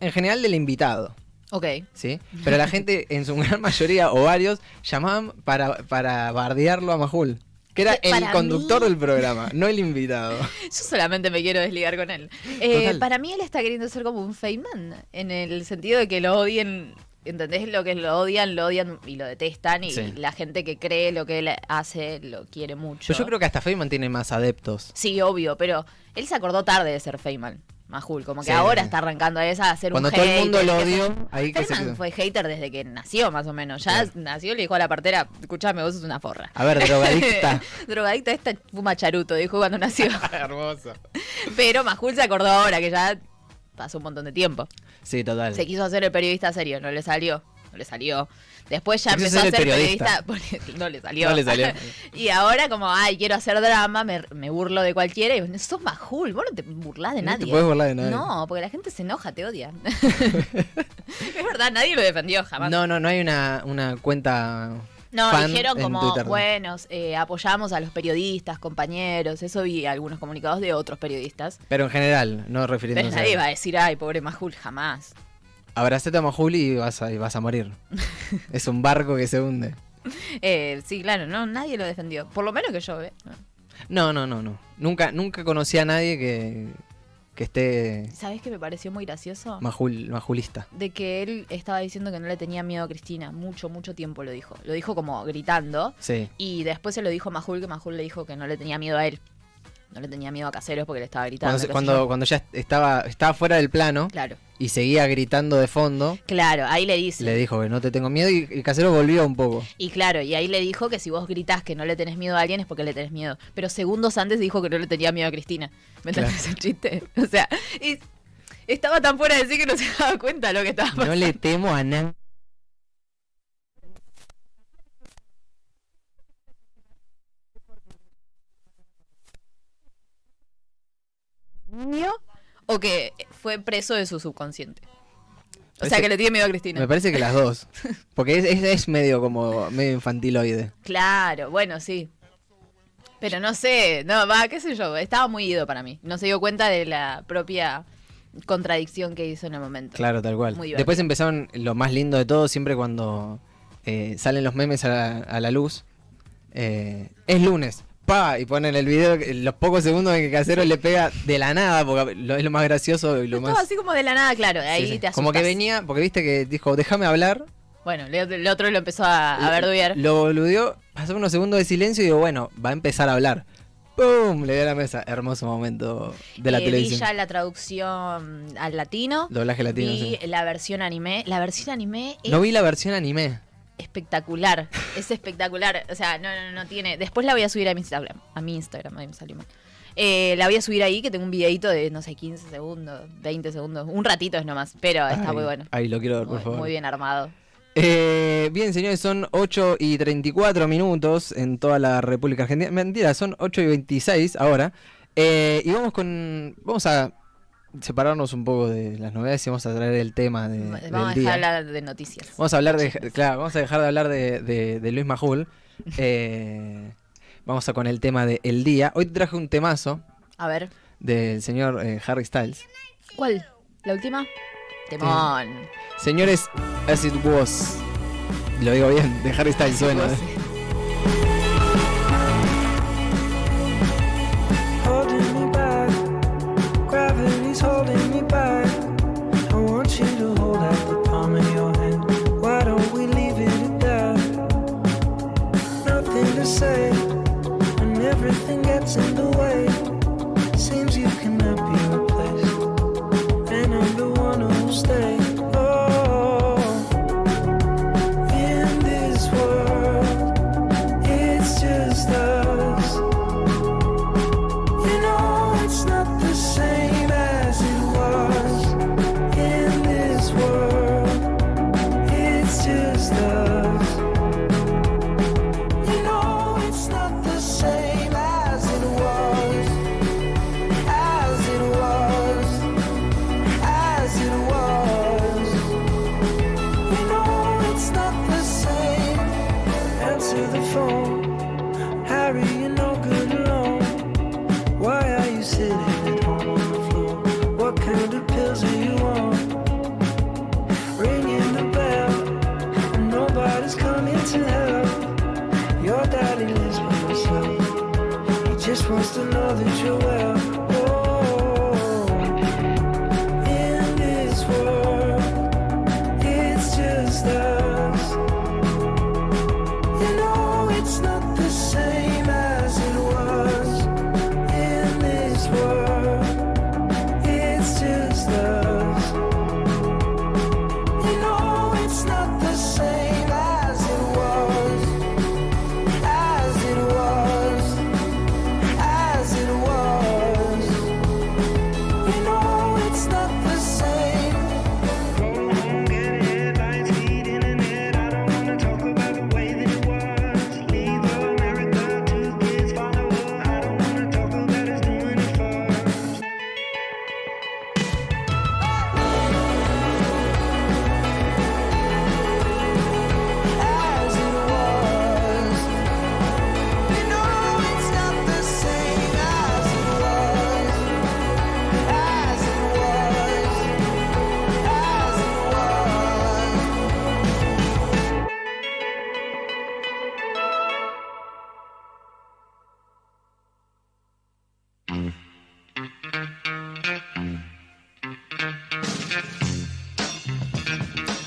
Speaker 2: en general del invitado.
Speaker 3: Ok.
Speaker 2: ¿sí? Pero la gente, en su gran mayoría o varios, llamaban para, para bardearlo a Majul, que era
Speaker 3: Que
Speaker 2: el
Speaker 3: para
Speaker 2: conductor
Speaker 3: mí-
Speaker 2: del programa, no el invitado.
Speaker 3: Yo solamente me quiero desligar con él. Eh,
Speaker 2: Total.
Speaker 3: para mí él está queriendo ser como un Feynman, en el sentido de que lo odien, ¿entendés? Lo que lo odian, lo odian y lo detestan, y
Speaker 2: Sí.
Speaker 3: la gente que cree lo que él hace lo quiere mucho.
Speaker 2: Pero yo creo que hasta Feynman tiene más adeptos.
Speaker 3: Sí, obvio, pero él se acordó tarde de ser Feynman. Majul, como que
Speaker 2: Sí.
Speaker 3: ahora está arrancando a esa a ser
Speaker 2: Cuando
Speaker 3: un
Speaker 2: todo el mundo
Speaker 3: hater,
Speaker 2: lo
Speaker 3: que
Speaker 2: odió,
Speaker 3: se-
Speaker 2: ahí que se
Speaker 3: Feynman
Speaker 2: quedó.
Speaker 3: fue hater desde que nació, más o menos. Ya
Speaker 2: Claro.
Speaker 3: nació y le dijo a la partera, escúchame, vos sos una forra.
Speaker 2: A ver, drogadicta.
Speaker 3: Drogadicta esta fuma charuto, dijo cuando nació.
Speaker 2: Hermoso.
Speaker 3: Pero Majul se acordó ahora que ya pasó un montón de tiempo.
Speaker 2: Sí, total.
Speaker 3: Se quiso hacer el periodista serio, no le salió. No le salió. Después ya
Speaker 2: Se quiso
Speaker 3: empezó a
Speaker 2: hacer
Speaker 3: ser
Speaker 2: el
Speaker 3: periodista. porque no le salió.
Speaker 2: No le salió.
Speaker 3: y ahora, como, ay, quiero hacer drama, me, me burlo de cualquiera. Y vos, sos Majul, vos no te burlás de
Speaker 2: No te
Speaker 3: nadie.
Speaker 2: podés burlar de nadie.
Speaker 3: No, porque la gente se enoja, te odia. es verdad, nadie lo defendió jamás.
Speaker 2: No, no, no hay una, una cuenta.
Speaker 3: No,
Speaker 2: fan
Speaker 3: dijeron
Speaker 2: en
Speaker 3: como,
Speaker 2: Twitter.
Speaker 3: bueno, eh, apoyamos a los periodistas, compañeros, eso vi algunos comunicados de otros periodistas.
Speaker 2: Pero en general, no
Speaker 3: Pero
Speaker 2: refiriéndose.
Speaker 3: nadie va
Speaker 2: a
Speaker 3: a decir, ay, pobre Majul, jamás.
Speaker 2: Abracete a Majuli y vas a, y vas a morir. es un barco que se hunde.
Speaker 3: Eh, sí, claro, no, nadie lo defendió. Por lo menos que yo, ¿eh?
Speaker 2: No, no, no, no. Nunca, nunca conocí a nadie que, que esté
Speaker 3: ¿Sabes qué me pareció muy gracioso?
Speaker 2: majul, majulista.
Speaker 3: De que él estaba diciendo que no le tenía miedo a Cristina. Mucho, mucho tiempo lo dijo. Lo dijo como gritando.
Speaker 2: Sí.
Speaker 3: Y después se lo dijo a Majul, que Majul le dijo que no le tenía miedo a él. No le tenía miedo a Caseros porque le estaba gritando.
Speaker 2: Cuando, se-
Speaker 3: qué sé
Speaker 2: cuando,
Speaker 3: yo.
Speaker 2: cuando ya estaba, estaba fuera del plano
Speaker 3: Claro,
Speaker 2: y seguía gritando de fondo,
Speaker 3: claro, ahí le dice.
Speaker 2: le dijo que no te tengo miedo y, y Casero volvió un poco.
Speaker 3: Y claro, y ahí le dijo que si vos gritás que no le tenés miedo a alguien es porque le tenés miedo. Pero segundos antes dijo que no le tenía miedo a Cristina. ¿Me entendés el chiste? O sea, y estaba tan fuera de sí que no se daba cuenta lo que estaba pasando.
Speaker 2: No le temo a nadie.
Speaker 3: niño o que fue preso de su subconsciente. O sea,
Speaker 2: Parece-
Speaker 3: que le tiene miedo a Cristina.
Speaker 2: Me parece que las dos. Porque es, es- es medio como medio infantiloide.
Speaker 3: Claro, bueno, sí. Pero no sé, no, va, qué sé yo, estaba muy ido para mí. No se dio cuenta de la propia contradicción que hizo en el momento.
Speaker 2: Claro, tal cual.
Speaker 3: Muy divertido.
Speaker 2: Después empezaron lo más lindo de todo, siempre cuando eh, salen los memes a la, a la luz. eh, es lunes. Pa, y ponen el video, que- los pocos segundos en que Casero le pega de la nada, porque lo- es lo más gracioso y lo
Speaker 3: Estaba
Speaker 2: más...
Speaker 3: así como de la nada, claro, de ahí
Speaker 2: Sí, sí.
Speaker 3: te
Speaker 2: Como que
Speaker 3: asustás.
Speaker 2: venía, porque viste que dijo, déjame hablar.
Speaker 3: Bueno, le- el otro lo empezó a, a verdubiar.
Speaker 2: Lo boludeó, pasó unos segundos de silencio y digo, bueno, va a empezar a hablar. ¡Pum! Le dio a la mesa. Hermoso momento de la
Speaker 3: Eh,
Speaker 2: televisión.
Speaker 3: Vi ya la traducción al latino.
Speaker 2: Doblaje latino.
Speaker 3: vi
Speaker 2: sí.
Speaker 3: la versión anime. La versión anime es
Speaker 2: No vi la versión anime.
Speaker 3: espectacular. Es espectacular. O sea, no, no, no tiene. Después la voy a subir a mi Instagram. A mi Instagram, ahí me salió mal. Eh, la voy a subir ahí, que tengo un videito de, no sé, 15 segundos, 20 segundos. Un ratito es nomás, pero Ah, está
Speaker 2: Ay,
Speaker 3: muy bueno.
Speaker 2: Ay, lo quiero ver, por
Speaker 3: Muy,
Speaker 2: favor.
Speaker 3: muy bien armado.
Speaker 2: Eh, bien, señores, son 8 y 34 minutos en toda la República Argentina. Mentira, son 8 y 26 ahora. Eh, y vamos con. Vamos a separarnos un poco de las novedades y vamos a traer el tema de,
Speaker 3: Vamos
Speaker 2: Eh, del
Speaker 3: a dejar
Speaker 2: día.
Speaker 3: hablar de noticias.
Speaker 2: Vamos a hablar de. Claro, vamos a dejar de hablar de, de- de Luis Majul. Eh, vamos a con el tema de El Día. Hoy te traje un temazo
Speaker 3: A ver,
Speaker 2: del señor eh, Harry Styles.
Speaker 3: ¿cuál? ¿La
Speaker 2: Eh.
Speaker 3: última? Temón.
Speaker 2: Señores, As It Was. Lo digo bien, de Harry Styles suena. ¿eh?
Speaker 4: holding me back. Gravity's holding me back. I want you to hold out the palm of your hand. Why don't we leave it at that? Nothing to say, and everything gets in the way. Seems you cannot be replaced, and I'm the one who'll stay. Oh, in this world, it's just us. You know it's not the same as it was in this world. It's just us. You know it's not the same as it was, as it was, as it was. You know it's not the same. Answer the phone, Harry. You're no good alone. Why are you sitting at home on the floor? What kind of pills are you on? Ringing the bell, and nobody's coming to help. Your daddy lives by himself. He just wants to know that you're well. Oh, in this world, it's just us. You know it's not the same as it was in this world, it's just us. You know it's not the same as it was, as it was, as it was. You know it's not the same. Going home, getting headlines, feeding in it. I don't wanna talk about the way that it was. Leave America, two kids, follow her. I don't wanna talk about us doing it first.
Speaker 1: as it was. You know it's not the same as it was, as it was, as it was.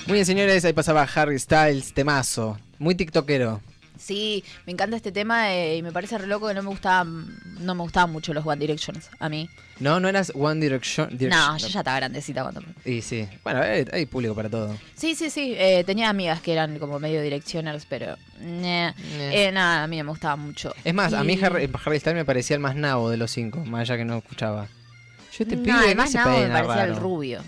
Speaker 2: Muy bien, señores, ahí pasaba Harry Styles, temazo. Muy tiktokero.
Speaker 3: Sí, me encanta este tema eh, y me parece re loco que no me gustaban, no me gustaban mucho los One Directions a mí.
Speaker 2: No, no eras One Direction. Direction-
Speaker 3: No, yo ya estaba grandecita cuando.
Speaker 2: Y sí. Bueno, eh, hay, público para todo.
Speaker 3: Sí, sí, sí. eh, tenía amigas que eran como medio directioners, pero. ñe. Eh, nada, a mí no me gustaba mucho.
Speaker 2: Es más, a mí
Speaker 3: Y-
Speaker 2: Harry, eh, Harry Styles me parecía el más nabo de los cinco, más allá que no escuchaba. Yo te
Speaker 3: No,
Speaker 2: pido
Speaker 3: el más nabo me parecía el rubio.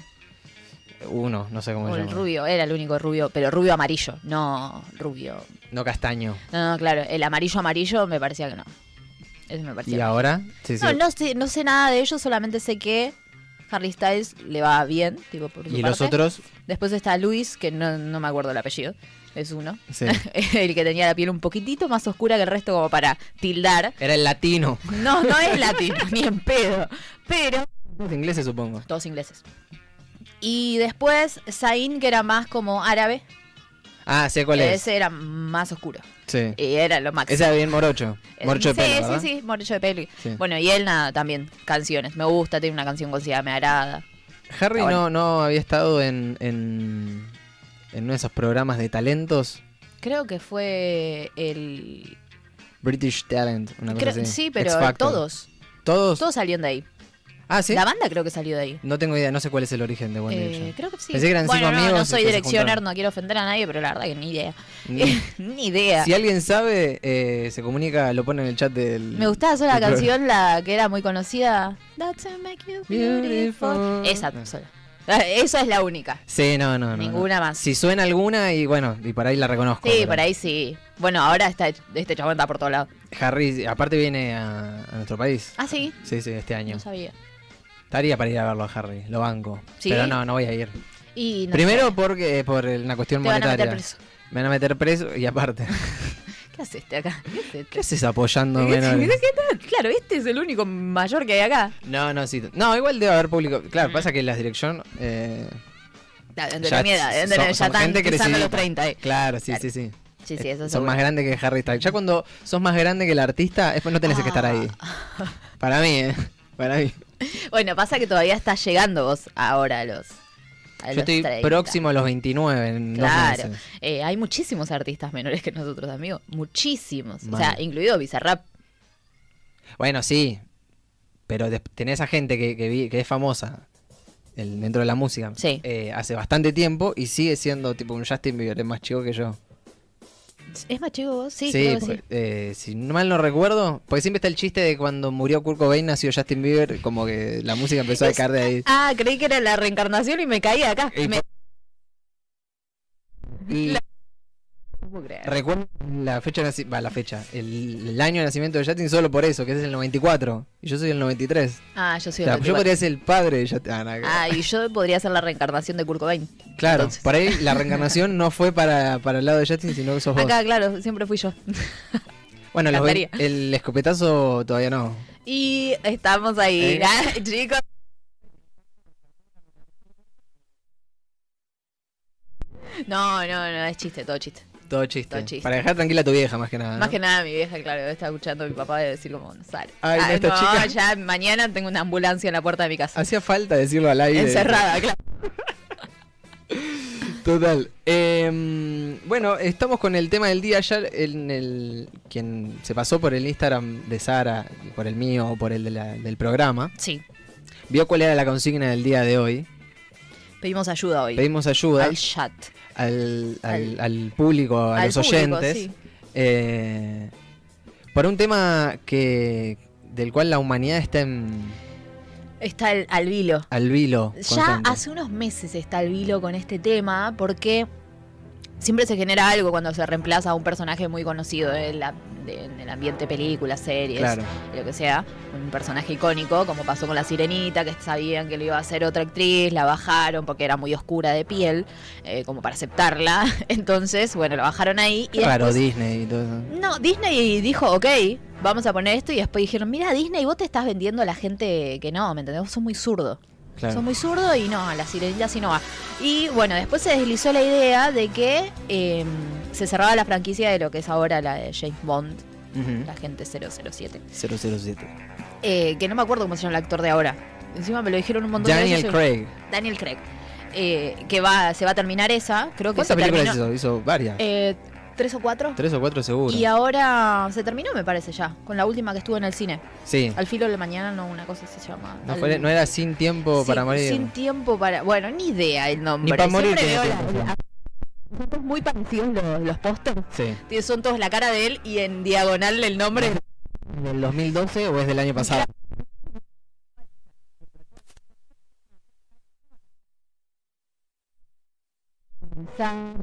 Speaker 2: Uno, no sé cómo
Speaker 3: O
Speaker 2: se
Speaker 3: el
Speaker 2: llama.
Speaker 3: rubio, era el único rubio, pero rubio amarillo, no rubio.
Speaker 2: No castaño.
Speaker 3: No, no, claro, el amarillo amarillo me parecía que no. Ese me parecía.
Speaker 2: ¿Y
Speaker 3: mal.
Speaker 2: ahora? Sí, sí.
Speaker 3: No, no sé, no sé nada de ellos, solamente sé que Harry Styles le va bien, tipo por su
Speaker 2: ¿Y los
Speaker 3: parte.
Speaker 2: otros?
Speaker 3: Después está Luis, que no, no me acuerdo el apellido, es uno.
Speaker 2: Sí.
Speaker 3: el que tenía la piel un poquitito más oscura que el resto como para tildar.
Speaker 2: Era el latino.
Speaker 3: No, no es latino, ni en pedo. Pero
Speaker 2: Los ingleses, supongo.
Speaker 3: todos ingleses. Y después Zayn, que era más como árabe,
Speaker 2: Ah, sé cuál es.
Speaker 3: ese era más oscuro.
Speaker 2: Sí.
Speaker 3: Y era lo máximo.
Speaker 2: Ese era bien morocho.
Speaker 3: Eh,
Speaker 2: Morocho de
Speaker 3: sí,
Speaker 2: pelo,
Speaker 3: sí,
Speaker 2: ¿verdad?
Speaker 3: sí, morocho de pelo.
Speaker 2: Sí.
Speaker 3: Bueno, y él nada, también, canciones. Me gusta, tiene una canción considerada, me agrada.
Speaker 2: Harry
Speaker 3: Ah,
Speaker 2: no,
Speaker 3: bueno.
Speaker 2: no había estado en, en, en uno de esos programas de talentos.
Speaker 3: Creo que fue el...
Speaker 2: British Talent, una cosa
Speaker 3: creo-
Speaker 2: así.
Speaker 3: sí,
Speaker 2: X
Speaker 3: pero
Speaker 2: Factor.
Speaker 3: todos.
Speaker 2: ¿Todos?
Speaker 3: Todos salieron de ahí.
Speaker 2: Ah, sí.
Speaker 3: La banda creo que salió de ahí.
Speaker 2: No tengo idea, no sé cuál es el origen de One
Speaker 3: Eh,
Speaker 2: Direction.
Speaker 3: creo que sí.
Speaker 2: Pensé que eran
Speaker 3: bueno,
Speaker 2: cinco
Speaker 3: no,
Speaker 2: amigos
Speaker 3: no
Speaker 2: y
Speaker 3: soy
Speaker 2: que se
Speaker 3: direccioner,
Speaker 2: juntaron.
Speaker 3: no quiero ofender a nadie, pero la verdad que ni idea.
Speaker 2: Ni-
Speaker 3: ni idea.
Speaker 2: Mm. Si alguien sabe, eh, se comunica, lo pone en el chat del.
Speaker 3: Me gustaba solo la
Speaker 2: del
Speaker 3: canción, la que era muy conocida. That's what make you beautiful.
Speaker 2: Beautiful.
Speaker 3: Esa sola. Ah, Esa es la única.
Speaker 2: Sí, no, no, no, no.
Speaker 3: Ninguna más.
Speaker 2: Si suena alguna, y bueno, y por ahí la reconozco.
Speaker 3: Sí,
Speaker 2: pero
Speaker 3: por ahí sí. Bueno, ahora está este chabón está por todos lados.
Speaker 2: Harry, aparte, viene a, a nuestro país.
Speaker 3: Ah, sí.
Speaker 2: Sí, sí, este año.
Speaker 3: No sabía.
Speaker 2: Estaría para ir a verlo a Harry, lo banco.
Speaker 3: Sí.
Speaker 2: Pero no, no voy a ir.
Speaker 3: Y no
Speaker 2: Primero
Speaker 3: sé,
Speaker 2: porque por el- una cuestión
Speaker 3: Te van a
Speaker 2: monetaria.
Speaker 3: meter preso.
Speaker 2: Me van a meter preso y aparte.
Speaker 3: ¿qué haces este acá? ¿Qué haces este?
Speaker 2: ¿Qué haces apoyando
Speaker 3: ¿Qué-
Speaker 2: menores?
Speaker 3: qué tal? Claro, este es el único mayor que hay acá.
Speaker 2: No, no, sí. No, igual debe haber público.
Speaker 3: Mm.
Speaker 2: Claro, pasa que las dirección. Eh,
Speaker 3: Da- De mi edad,
Speaker 2: son-
Speaker 3: de- ya
Speaker 2: son
Speaker 3: están
Speaker 2: gente
Speaker 3: cruzando
Speaker 2: crecidita.
Speaker 3: los 30. eh.
Speaker 2: Claro, sí,
Speaker 3: Claro.
Speaker 2: sí, sí.
Speaker 3: Sí, sí, eso
Speaker 2: son
Speaker 3: seguro.
Speaker 2: más grandes que Harry Styles. Ya cuando sos más grande que el artista, después no tenés que estar ahí.
Speaker 3: Ah.
Speaker 2: Para mí, ¿eh? Para mí.
Speaker 3: Bueno, pasa que todavía estás llegando vos ahora a los.
Speaker 2: Yo
Speaker 3: a los
Speaker 2: estoy
Speaker 3: 30.
Speaker 2: próximo a los 29 en dos
Speaker 3: Claro.
Speaker 2: meses.
Speaker 3: Eh, hay muchísimos artistas menores que nosotros, amigos. Muchísimos. O sea,
Speaker 2: Mal.
Speaker 3: incluido Bizarrap.
Speaker 2: Bueno, sí. Pero des- tenés a gente que, que vi- que es famosa el- dentro de la música
Speaker 3: Sí.
Speaker 2: eh, hace bastante tiempo y sigue siendo tipo un Justin Bieber, es más chico que yo.
Speaker 3: ¿Es más chico vos?
Speaker 2: Sí,
Speaker 3: Sí, creo que
Speaker 2: porque,
Speaker 3: sí.
Speaker 2: eh, si no mal no recuerdo, porque siempre está el chiste de cuando murió Kurt Cobain, nació Justin Bieber, como que la música empezó a
Speaker 3: Es-
Speaker 2: caer de ahí.
Speaker 3: Ah, creí que era la reencarnación y me caí acá.
Speaker 2: Y
Speaker 3: Me-
Speaker 2: Y
Speaker 3: la- no puedo creer.
Speaker 2: recuerdo la fecha, de naci- va, la fecha, el, el año de nacimiento de Justin solo por eso, que ese es el 94, y yo soy el 93.
Speaker 3: Ah, yo soy
Speaker 2: O sea,
Speaker 3: el
Speaker 2: yo
Speaker 3: 24.
Speaker 2: podría ser el padre de Justin. ah, nada que-
Speaker 3: Ah, y yo podría ser la reencarnación de Kurt Cobain.
Speaker 2: claro,
Speaker 3: entonces.
Speaker 2: por ahí la reencarnación no fue para, para el lado de Justin, sino que sos vos.
Speaker 3: Acá, claro, siempre fui yo.
Speaker 2: bueno, los ve-
Speaker 3: encantaría.
Speaker 2: el escopetazo todavía no.
Speaker 3: y estamos ahí,
Speaker 2: Eh.
Speaker 3: Ah, chicos. No, no, no, es chiste, todo chiste.
Speaker 2: Todo chiste.
Speaker 3: Todo chiste.
Speaker 2: Para dejar tranquila a tu vieja, más que nada.
Speaker 3: Más
Speaker 2: Ah, ¿no?
Speaker 3: que nada mi vieja, claro, está escuchando a mi papá de decir como, no sale.
Speaker 2: Ay, no, esta chica.
Speaker 3: ya mañana tengo una ambulancia en la puerta de mi casa.
Speaker 2: Hacía falta decirlo al aire.
Speaker 3: encerrada, claro.
Speaker 2: Total. Em, bueno, estamos con el tema del día ayer. En el, quien se pasó por el Instagram de Sara, por el mío o por el de la- del programa,
Speaker 3: Sí,
Speaker 2: vio cuál era la consigna del día de hoy.
Speaker 3: pedimos ayuda hoy.
Speaker 2: Pedimos ayuda
Speaker 3: Al chat.
Speaker 2: al, al-
Speaker 3: al-
Speaker 2: al público, a
Speaker 3: al
Speaker 2: los
Speaker 3: público,
Speaker 2: oyentes,
Speaker 3: sí.
Speaker 2: eh, por un tema que del cual la humanidad está en,
Speaker 3: Está el, al vilo.
Speaker 2: al vilo.
Speaker 3: Ya
Speaker 2: constante.
Speaker 3: hace unos meses está el vilo con este tema porque siempre se genera algo cuando se reemplaza a un personaje muy conocido en, la- de- en el ambiente películas, series,
Speaker 2: Claro.
Speaker 3: lo que sea, un personaje icónico, como pasó con la sirenita, que sabían que lo iba a hacer otra actriz, la bajaron porque era muy oscura de piel, eh, como para aceptarla. Entonces, bueno, la bajaron ahí y
Speaker 2: Claro,
Speaker 3: después-
Speaker 2: Disney y todo eso.
Speaker 3: no, Disney dijo, ok, vamos a poner esto y después dijeron, mira Disney, vos te estás vendiendo a la gente que no, ¿me entendés? Vos sos muy zurdo.
Speaker 2: Claro.
Speaker 3: Son muy zurdo y no, la sirenita sí no va. Y bueno, después se deslizó la idea de que eh, se cerraba la franquicia de lo que es ahora la de James Bond,
Speaker 2: Ujú.
Speaker 3: la gente 007.
Speaker 2: 007.
Speaker 3: Eh, que no me acuerdo cómo se llama el actor de ahora. Encima me lo dijeron un montón de
Speaker 2: Daniel
Speaker 3: veces.
Speaker 2: Craig.
Speaker 3: Daniel Craig. Eh, que va, se va a terminar esa, creo que se
Speaker 2: ¿Cuántas películas
Speaker 3: terminó.
Speaker 2: hizo? Hizo varias.
Speaker 3: Eh, ¿Tres o cuatro?
Speaker 2: Tres o cuatro seguro.
Speaker 3: Y ahora se terminó, me parece ya, con la última que estuvo en el cine.
Speaker 2: Sí.
Speaker 3: Al filo de la mañana, no, una cosa se llama.
Speaker 2: No,
Speaker 3: Al-
Speaker 2: fue- no era sin tiempo
Speaker 3: Sí, pues,
Speaker 2: para morir.
Speaker 3: Sin tiempo para. Bueno, ni idea el nombre.
Speaker 2: Ni pa' morir
Speaker 3: Siempre
Speaker 2: tiene
Speaker 3: veo la- la- son todos muy parecidos los, los pósters.
Speaker 2: Sí.
Speaker 3: Tie- Son todos la cara de él y en diagonal el nombre.
Speaker 2: ¿Del 2012 o es del año pasado?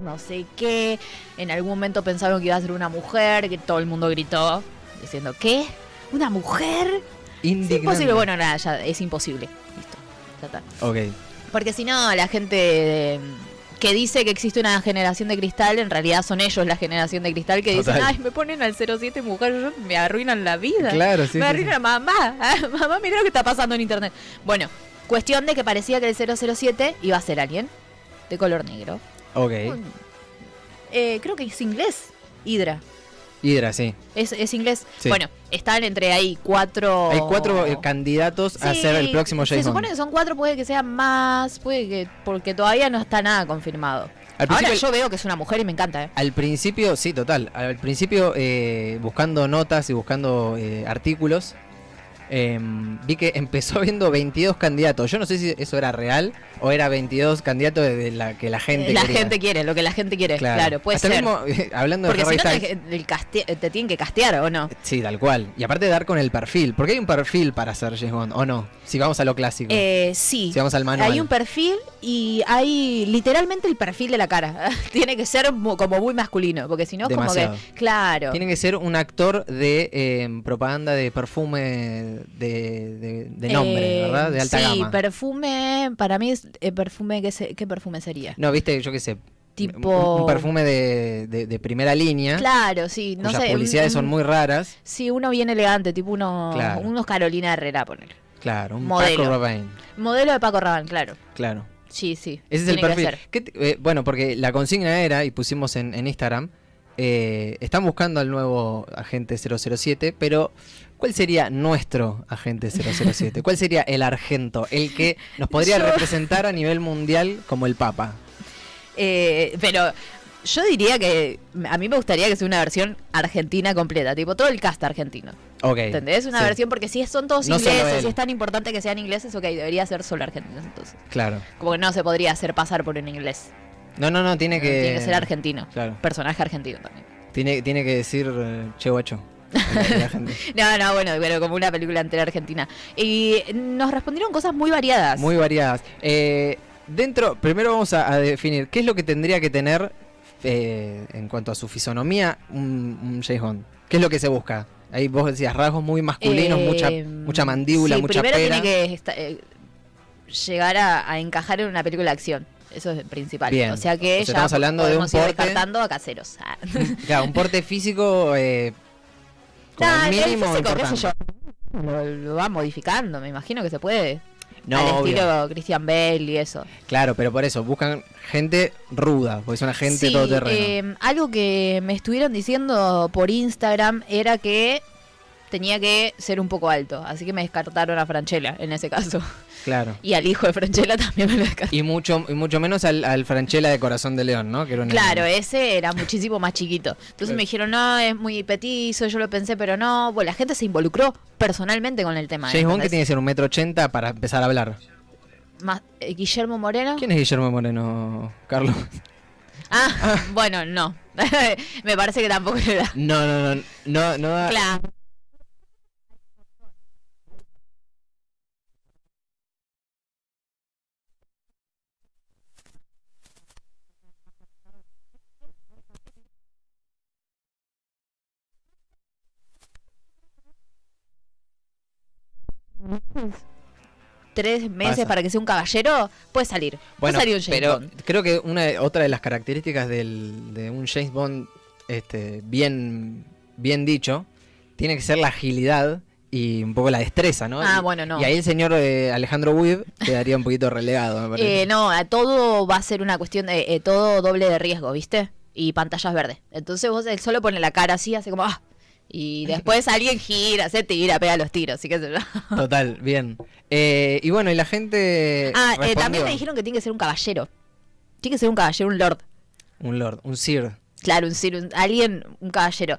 Speaker 3: No sé qué. En algún momento pensaron que iba a ser una mujer, que todo el mundo gritó diciendo: ¿Qué? ¿Una mujer? Es
Speaker 2: Indignante.
Speaker 3: imposible. Bueno, nada, ya es imposible. Listo. Ya está.
Speaker 2: Ok.
Speaker 3: Porque si no, la gente mm, que dice que existe una generación de cristal, en realidad son ellos la generación de cristal que dicen,
Speaker 2: Total.
Speaker 3: ay, me ponen al 07 mujer, yo- me arruinan la vida.
Speaker 2: Claro, sí, sí,
Speaker 3: Me
Speaker 2: sí.
Speaker 3: arruinan a mamá. Ah, mamá, mira lo que está pasando en internet. Bueno, cuestión de que parecía que el 007 iba a ser alguien de color negro.
Speaker 2: Ok.
Speaker 3: Un- eh, creo que es inglés, Hydra.
Speaker 2: Hydra, sí.
Speaker 3: Es, es inglés.
Speaker 2: Sí.
Speaker 3: Bueno, están entre ahí cuatro...
Speaker 2: Hay cuatro
Speaker 5: Oh.
Speaker 2: eh, candidatos a
Speaker 3: Sí,
Speaker 2: ser el próximo
Speaker 3: Se
Speaker 2: James
Speaker 3: supone
Speaker 2: Bond.
Speaker 3: que son cuatro, puede que sean más, puede que. Porque todavía no está nada confirmado.
Speaker 5: Ah.
Speaker 2: Al
Speaker 3: Ahora
Speaker 2: principio-
Speaker 3: yo veo que es una mujer y me encanta, ¿eh?
Speaker 2: Al principio, sí, total. Al principio, eh, buscando notas y buscando eh, artículos, Em, vi que empezó viendo 22 candidatos. Yo no sé si eso era real o era 22 candidatos de, de la que la gente
Speaker 5: la
Speaker 2: quería.
Speaker 5: gente quiere, lo que la gente quiere, claro, puede
Speaker 2: Hasta
Speaker 5: ser.
Speaker 2: mismo, eh, hablando
Speaker 5: Porque
Speaker 2: de
Speaker 5: si
Speaker 2: Harry
Speaker 5: no
Speaker 2: Styles-
Speaker 5: te, el caste- te tienen que castear o no.
Speaker 2: Sí, tal cual. Y aparte de dar con el perfil, porque hay un perfil para ser James Bond, ¿o no? Si vamos a lo clásico.
Speaker 3: Eh, sí.
Speaker 2: Si vamos al manual.
Speaker 3: Hay un perfil y hay literalmente el perfil de la cara. Tiene que ser mu- como muy masculino, porque si no, como que.
Speaker 2: Demasiado.
Speaker 3: Claro.
Speaker 2: Tiene que ser un actor de eh, propaganda de perfume de, de- de nombre,
Speaker 3: Eh,
Speaker 2: ¿verdad? De alta
Speaker 3: sí,
Speaker 2: gama.
Speaker 3: perfume. Para mí es eh, perfume. que se- ¿Qué perfume sería?
Speaker 2: No, viste, yo qué sé.
Speaker 3: Tipo-
Speaker 2: Un, un perfume de, de- de primera línea.
Speaker 3: Claro, sí. No
Speaker 2: cuyas
Speaker 3: sé. un-
Speaker 2: publicidades son
Speaker 3: un-
Speaker 2: muy raras.
Speaker 3: Sí, uno bien elegante, tipo uno,
Speaker 2: Claro.
Speaker 3: unos Carolina Herrera, poner.
Speaker 2: Claro, un
Speaker 3: Modelo.
Speaker 2: Paco Rabanne.
Speaker 3: Modelo de Paco Rabanne, claro.
Speaker 2: Claro.
Speaker 3: Sí, sí.
Speaker 2: Ese es el
Speaker 3: tiene que
Speaker 2: perfil.
Speaker 3: ser.
Speaker 2: ¿Qué te- eh, bueno, porque la consigna era, y pusimos en, en Instagram, eh, están buscando al nuevo agente 007, pero ¿cuál sería nuestro agente 007? ¿Cuál sería el argento? El que nos podría
Speaker 3: Yo-
Speaker 2: representar a nivel mundial como el Papa.
Speaker 3: Eh, pero yo diría que a mí me gustaría que sea una versión argentina completa, tipo todo el cast argentino.
Speaker 2: Ok.
Speaker 3: ¿Entendés? Una
Speaker 2: sí,
Speaker 3: versión porque si son todos
Speaker 2: No solo
Speaker 3: ingleses,
Speaker 2: él.
Speaker 3: si es tan importante que sean ingleses, ok, debería ser solo argentinos entonces.
Speaker 2: Claro.
Speaker 3: Como que no se podría hacer pasar por un inglés.
Speaker 2: No, no, no, tiene que...
Speaker 3: Tiene que ser argentino.
Speaker 2: Claro.
Speaker 3: Personaje argentino también.
Speaker 2: Tiene, tiene que decir eh, che guacho. El agente.
Speaker 3: No, no, bueno, pero como una película entera argentina. Y nos respondieron cosas muy variadas.
Speaker 2: Muy variadas. Eh, dentro, primero vamos a, a definir qué es lo que tendría que tener eh, en cuanto a su fisonomía un, un James Bond. ¿Qué es lo que se busca? Ahí vos decías rasgos muy masculinos,
Speaker 3: Eh,
Speaker 2: mucha, mucha mandíbula,
Speaker 3: sí,
Speaker 2: mucha
Speaker 3: primero
Speaker 2: pera.
Speaker 3: tiene que esta- eh, llegar a, a encajar en una película de acción. Eso es el principal.
Speaker 2: Bien.
Speaker 3: O sea que
Speaker 2: O sea,
Speaker 3: ya
Speaker 2: estamos hablando de un
Speaker 3: podemos ir
Speaker 2: porte-
Speaker 3: descartando a caseros. Ah.
Speaker 2: Claro, un porte físico eh, como
Speaker 3: Nah, el
Speaker 2: mínimo
Speaker 3: físico, qué sé
Speaker 2: importante.
Speaker 3: yo, Lo, lo va modificando, me imagino que se puede.
Speaker 2: No,
Speaker 3: Al
Speaker 2: obvio.
Speaker 3: estilo Christian Bale y eso.
Speaker 2: Claro, pero por eso, buscan gente ruda, porque es una gente
Speaker 3: Sí,
Speaker 2: todoterreno.
Speaker 3: eh, algo que me estuvieron diciendo por Instagram era que tenía que ser un poco alto. Así que me descartaron a Franchella en ese caso.
Speaker 2: claro.
Speaker 3: Y al hijo de Franchella también me lo descartaron.
Speaker 2: Y mucho, y mucho menos al, al Franchella de Corazón de León, ¿no? Eh. Que era un
Speaker 3: Claro,
Speaker 2: enano.
Speaker 3: ese era muchísimo más chiquito. Entonces me dijeron, no, es muy petizo, yo lo pensé, pero no. Bueno, la gente se involucró personalmente con el tema.
Speaker 2: James Bond que
Speaker 3: ¿entendés?
Speaker 2: tiene que ser un metro ochenta para empezar a hablar.
Speaker 3: Más- eh, Guillermo Moreno.
Speaker 2: ¿Quién es Guillermo Moreno, Carlos?
Speaker 3: Ah, bueno, no. me parece que tampoco le da.
Speaker 2: No, no, no, no, no da-
Speaker 3: Claro. Tres meses
Speaker 2: Pasa.
Speaker 3: para que sea un caballero, puede salir.
Speaker 2: Bueno,
Speaker 3: puede salir un James
Speaker 2: pero
Speaker 3: Bond.
Speaker 2: creo que una otra de las características del, de un James Bond, este, bien, bien dicho, tiene que ser la agilidad y un poco la destreza, ¿no?
Speaker 3: Ah,
Speaker 2: Y-
Speaker 3: bueno, no.
Speaker 2: Y ahí el señor eh, Alejandro Wibb quedaría un poquito relegado, me parece.
Speaker 3: Eh, no, a todo va a ser una cuestión de eh, todo doble de riesgo, ¿viste? Y pantallas verdes. Entonces vos él solo pone la cara así, hace como ¡ah! Y después alguien gira, se tira, pega los tiros, así que se-
Speaker 2: Total, bien. Eh, y bueno, y la gente.
Speaker 3: Ah, eh,
Speaker 2: respondió.
Speaker 3: también me dijeron que tiene que ser un caballero. Tiene que ser un caballero, un lord.
Speaker 2: Un lord, un sir.
Speaker 3: Claro, un, sir, un- alguien, un caballero.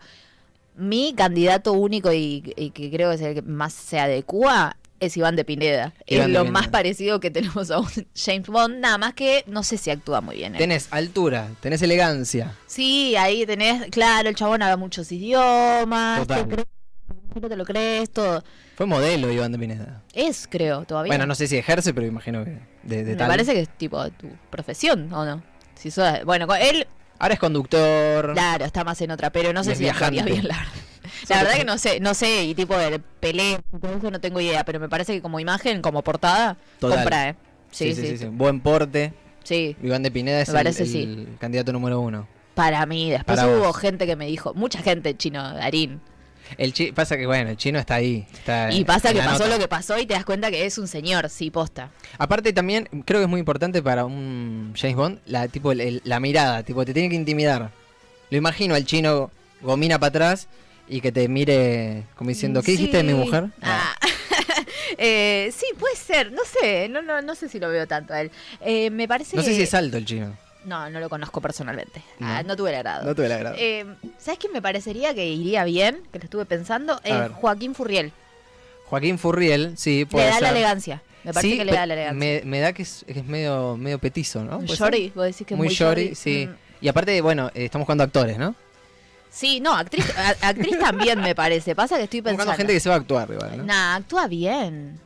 Speaker 3: Mi candidato único y, y que creo que es el que más se adecua es Iván de Pineda.
Speaker 2: Iván
Speaker 3: es
Speaker 2: de
Speaker 3: lo
Speaker 2: Pineda.
Speaker 3: más parecido que tenemos a un James Bond, nada más que no sé si actúa muy bien. ¿eh? él.
Speaker 2: Tenés altura, tenés elegancia.
Speaker 3: Sí, ahí tenés, claro, el chabón habla muchos idiomas,
Speaker 2: Total.
Speaker 3: te crees, no te lo crees, todo.
Speaker 2: Fue modelo Iván de Pineda.
Speaker 3: Es, creo, todavía.
Speaker 2: Bueno, no sé si ejerce, pero imagino que de, de
Speaker 3: Me
Speaker 2: tal.
Speaker 3: parece que es tipo tu profesión, ¿o no? Si sos, bueno, con- él,
Speaker 2: Ahora es conductor.
Speaker 3: claro, está más en otra, pero no sé
Speaker 2: Es
Speaker 3: si actuaría
Speaker 2: viajante.
Speaker 3: bien, la verdad. La verdad que no sé, no sé, y tipo de pelea, todo eso no tengo idea, pero me parece que como imagen, como portada,
Speaker 2: Total.
Speaker 3: compra, ¿eh? Sí, sí, sí.
Speaker 2: Buen porte.
Speaker 3: Sí.
Speaker 2: Iván de Pineda es
Speaker 3: Me
Speaker 2: el-
Speaker 3: parece,
Speaker 2: el,
Speaker 3: sí.
Speaker 2: candidato número uno.
Speaker 3: para mí. Después
Speaker 2: Para
Speaker 3: hubo
Speaker 2: vos.
Speaker 3: gente que me dijo, mucha gente, chino, Darín,
Speaker 2: El chi- pasa que, bueno, el chino está ahí. está
Speaker 3: Y pasa
Speaker 2: Eh, en
Speaker 3: que
Speaker 2: la
Speaker 3: pasó
Speaker 2: nota.
Speaker 3: lo que pasó y te das cuenta que es un señor, sí, posta.
Speaker 2: Aparte también, creo que es muy importante para un James Bond, la, tipo, el- el- la mirada, tipo, te tiene que intimidar. Lo imagino al chino gomina para atrás y que te mire como diciendo, ¿qué dijiste de mi
Speaker 3: Sí.
Speaker 2: mujer?
Speaker 3: Ah. Eh, sí, puede ser, no sé, no, no, no sé si lo veo tanto a él. Eh, me parece
Speaker 2: No sé
Speaker 3: que-
Speaker 2: si es alto el chino.
Speaker 3: No, no lo conozco personalmente.
Speaker 2: No.
Speaker 3: Ah, No, tuve el agrado.
Speaker 2: No tuve el agrado.
Speaker 3: Eh, ¿Sabes qué me parecería que iría bien? Que lo estuve pensando.
Speaker 2: ver.
Speaker 3: Es Joaquín Furriel.
Speaker 2: Joaquín Furriel, sí,
Speaker 3: Le
Speaker 2: puede
Speaker 3: da la
Speaker 2: ser.
Speaker 3: elegancia. Me parece
Speaker 2: Sí,
Speaker 3: que le da
Speaker 2: pe-
Speaker 3: la elegancia.
Speaker 2: Me, me da que es, que es medio, medio petizo, ¿no?
Speaker 3: Muy
Speaker 2: ¿Puede ser?
Speaker 3: shorty, vos decís que es
Speaker 2: muy
Speaker 3: muy
Speaker 2: shorty, sí.
Speaker 3: Mm.
Speaker 2: Y aparte, bueno, eh, estamos jugando actores, ¿no?
Speaker 3: Sí, no, actriz, a- actriz también me parece. Pasa que estoy
Speaker 2: Estamos
Speaker 3: pensando.
Speaker 2: buscando gente que se va a actuar igual, ¿no?
Speaker 3: Nah, actúa bien.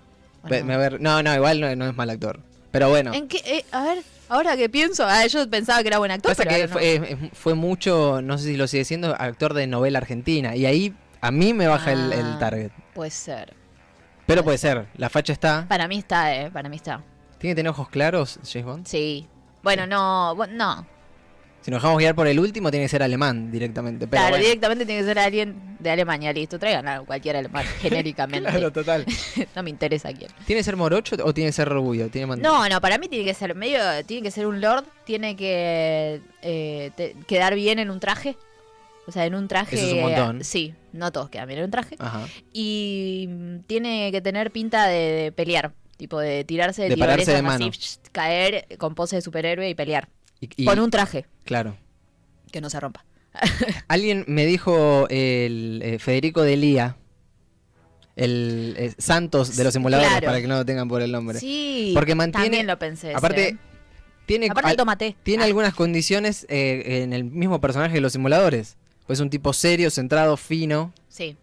Speaker 3: ¿O
Speaker 2: Ve-
Speaker 3: no?
Speaker 2: me ver- no, no, igual no, no es mal actor. Pero bueno,
Speaker 3: ¿En qué? Eh, a ver, ahora que pienso, ah, yo pensaba que era buen actor,
Speaker 2: pasa
Speaker 3: pero
Speaker 2: que
Speaker 3: ahora no.
Speaker 2: fue, eh, fue mucho, no sé si lo sigue siendo, actor de novela argentina. Y ahí a mí me baja el, el
Speaker 3: Ah.
Speaker 2: target.
Speaker 3: puede ser.
Speaker 2: Pero puede ser, la facha está.
Speaker 3: Para mí está, eh, para mí está.
Speaker 2: ¿Tiene que tener ojos claros, James Bond?
Speaker 3: Sí. Bueno, no, bu- no.
Speaker 2: Si nos dejamos guiar por el último, tiene que ser alemán directamente. Pero
Speaker 3: claro,
Speaker 2: bueno.
Speaker 3: directamente tiene que ser alguien de Alemania, listo. Traigan a cualquier alemán, genéricamente.
Speaker 2: Claro, total.
Speaker 3: no me interesa quién.
Speaker 2: ¿Tiene que ser morocho o tiene que ser rubio? ¿Tiene mand-
Speaker 3: No, no, para mí tiene que ser medio, tiene que ser un lord, tiene que eh, te- quedar bien en un traje. O sea, en un traje.
Speaker 2: Eso es un montón. Ah.
Speaker 3: Sí, no todos quedan bien en un traje.
Speaker 2: Ajá.
Speaker 3: Y mm, tiene que tener pinta de, de pelear. Tipo de tirarse de,
Speaker 2: De pararse
Speaker 3: tirolesas
Speaker 2: de mano.
Speaker 3: así, psh, caer con pose de superhéroe y pelear.
Speaker 2: Y- y-
Speaker 3: Con un traje
Speaker 2: Claro.
Speaker 3: que no se rompa.
Speaker 2: Alguien me dijo el eh, Federico Delía, el eh, Santos de los simuladores,
Speaker 3: claro.
Speaker 2: para que no lo tengan por el nombre.
Speaker 3: Sí.
Speaker 2: Porque mantiene-
Speaker 3: También lo pensé.
Speaker 2: Aparte,
Speaker 3: sí.
Speaker 2: tiene,
Speaker 3: Aparte
Speaker 2: al-
Speaker 3: toma té.
Speaker 2: tiene
Speaker 3: Ah.
Speaker 2: algunas condiciones eh, en el mismo personaje de los simuladores. Pues es un tipo serio, centrado, fino,
Speaker 3: Sí.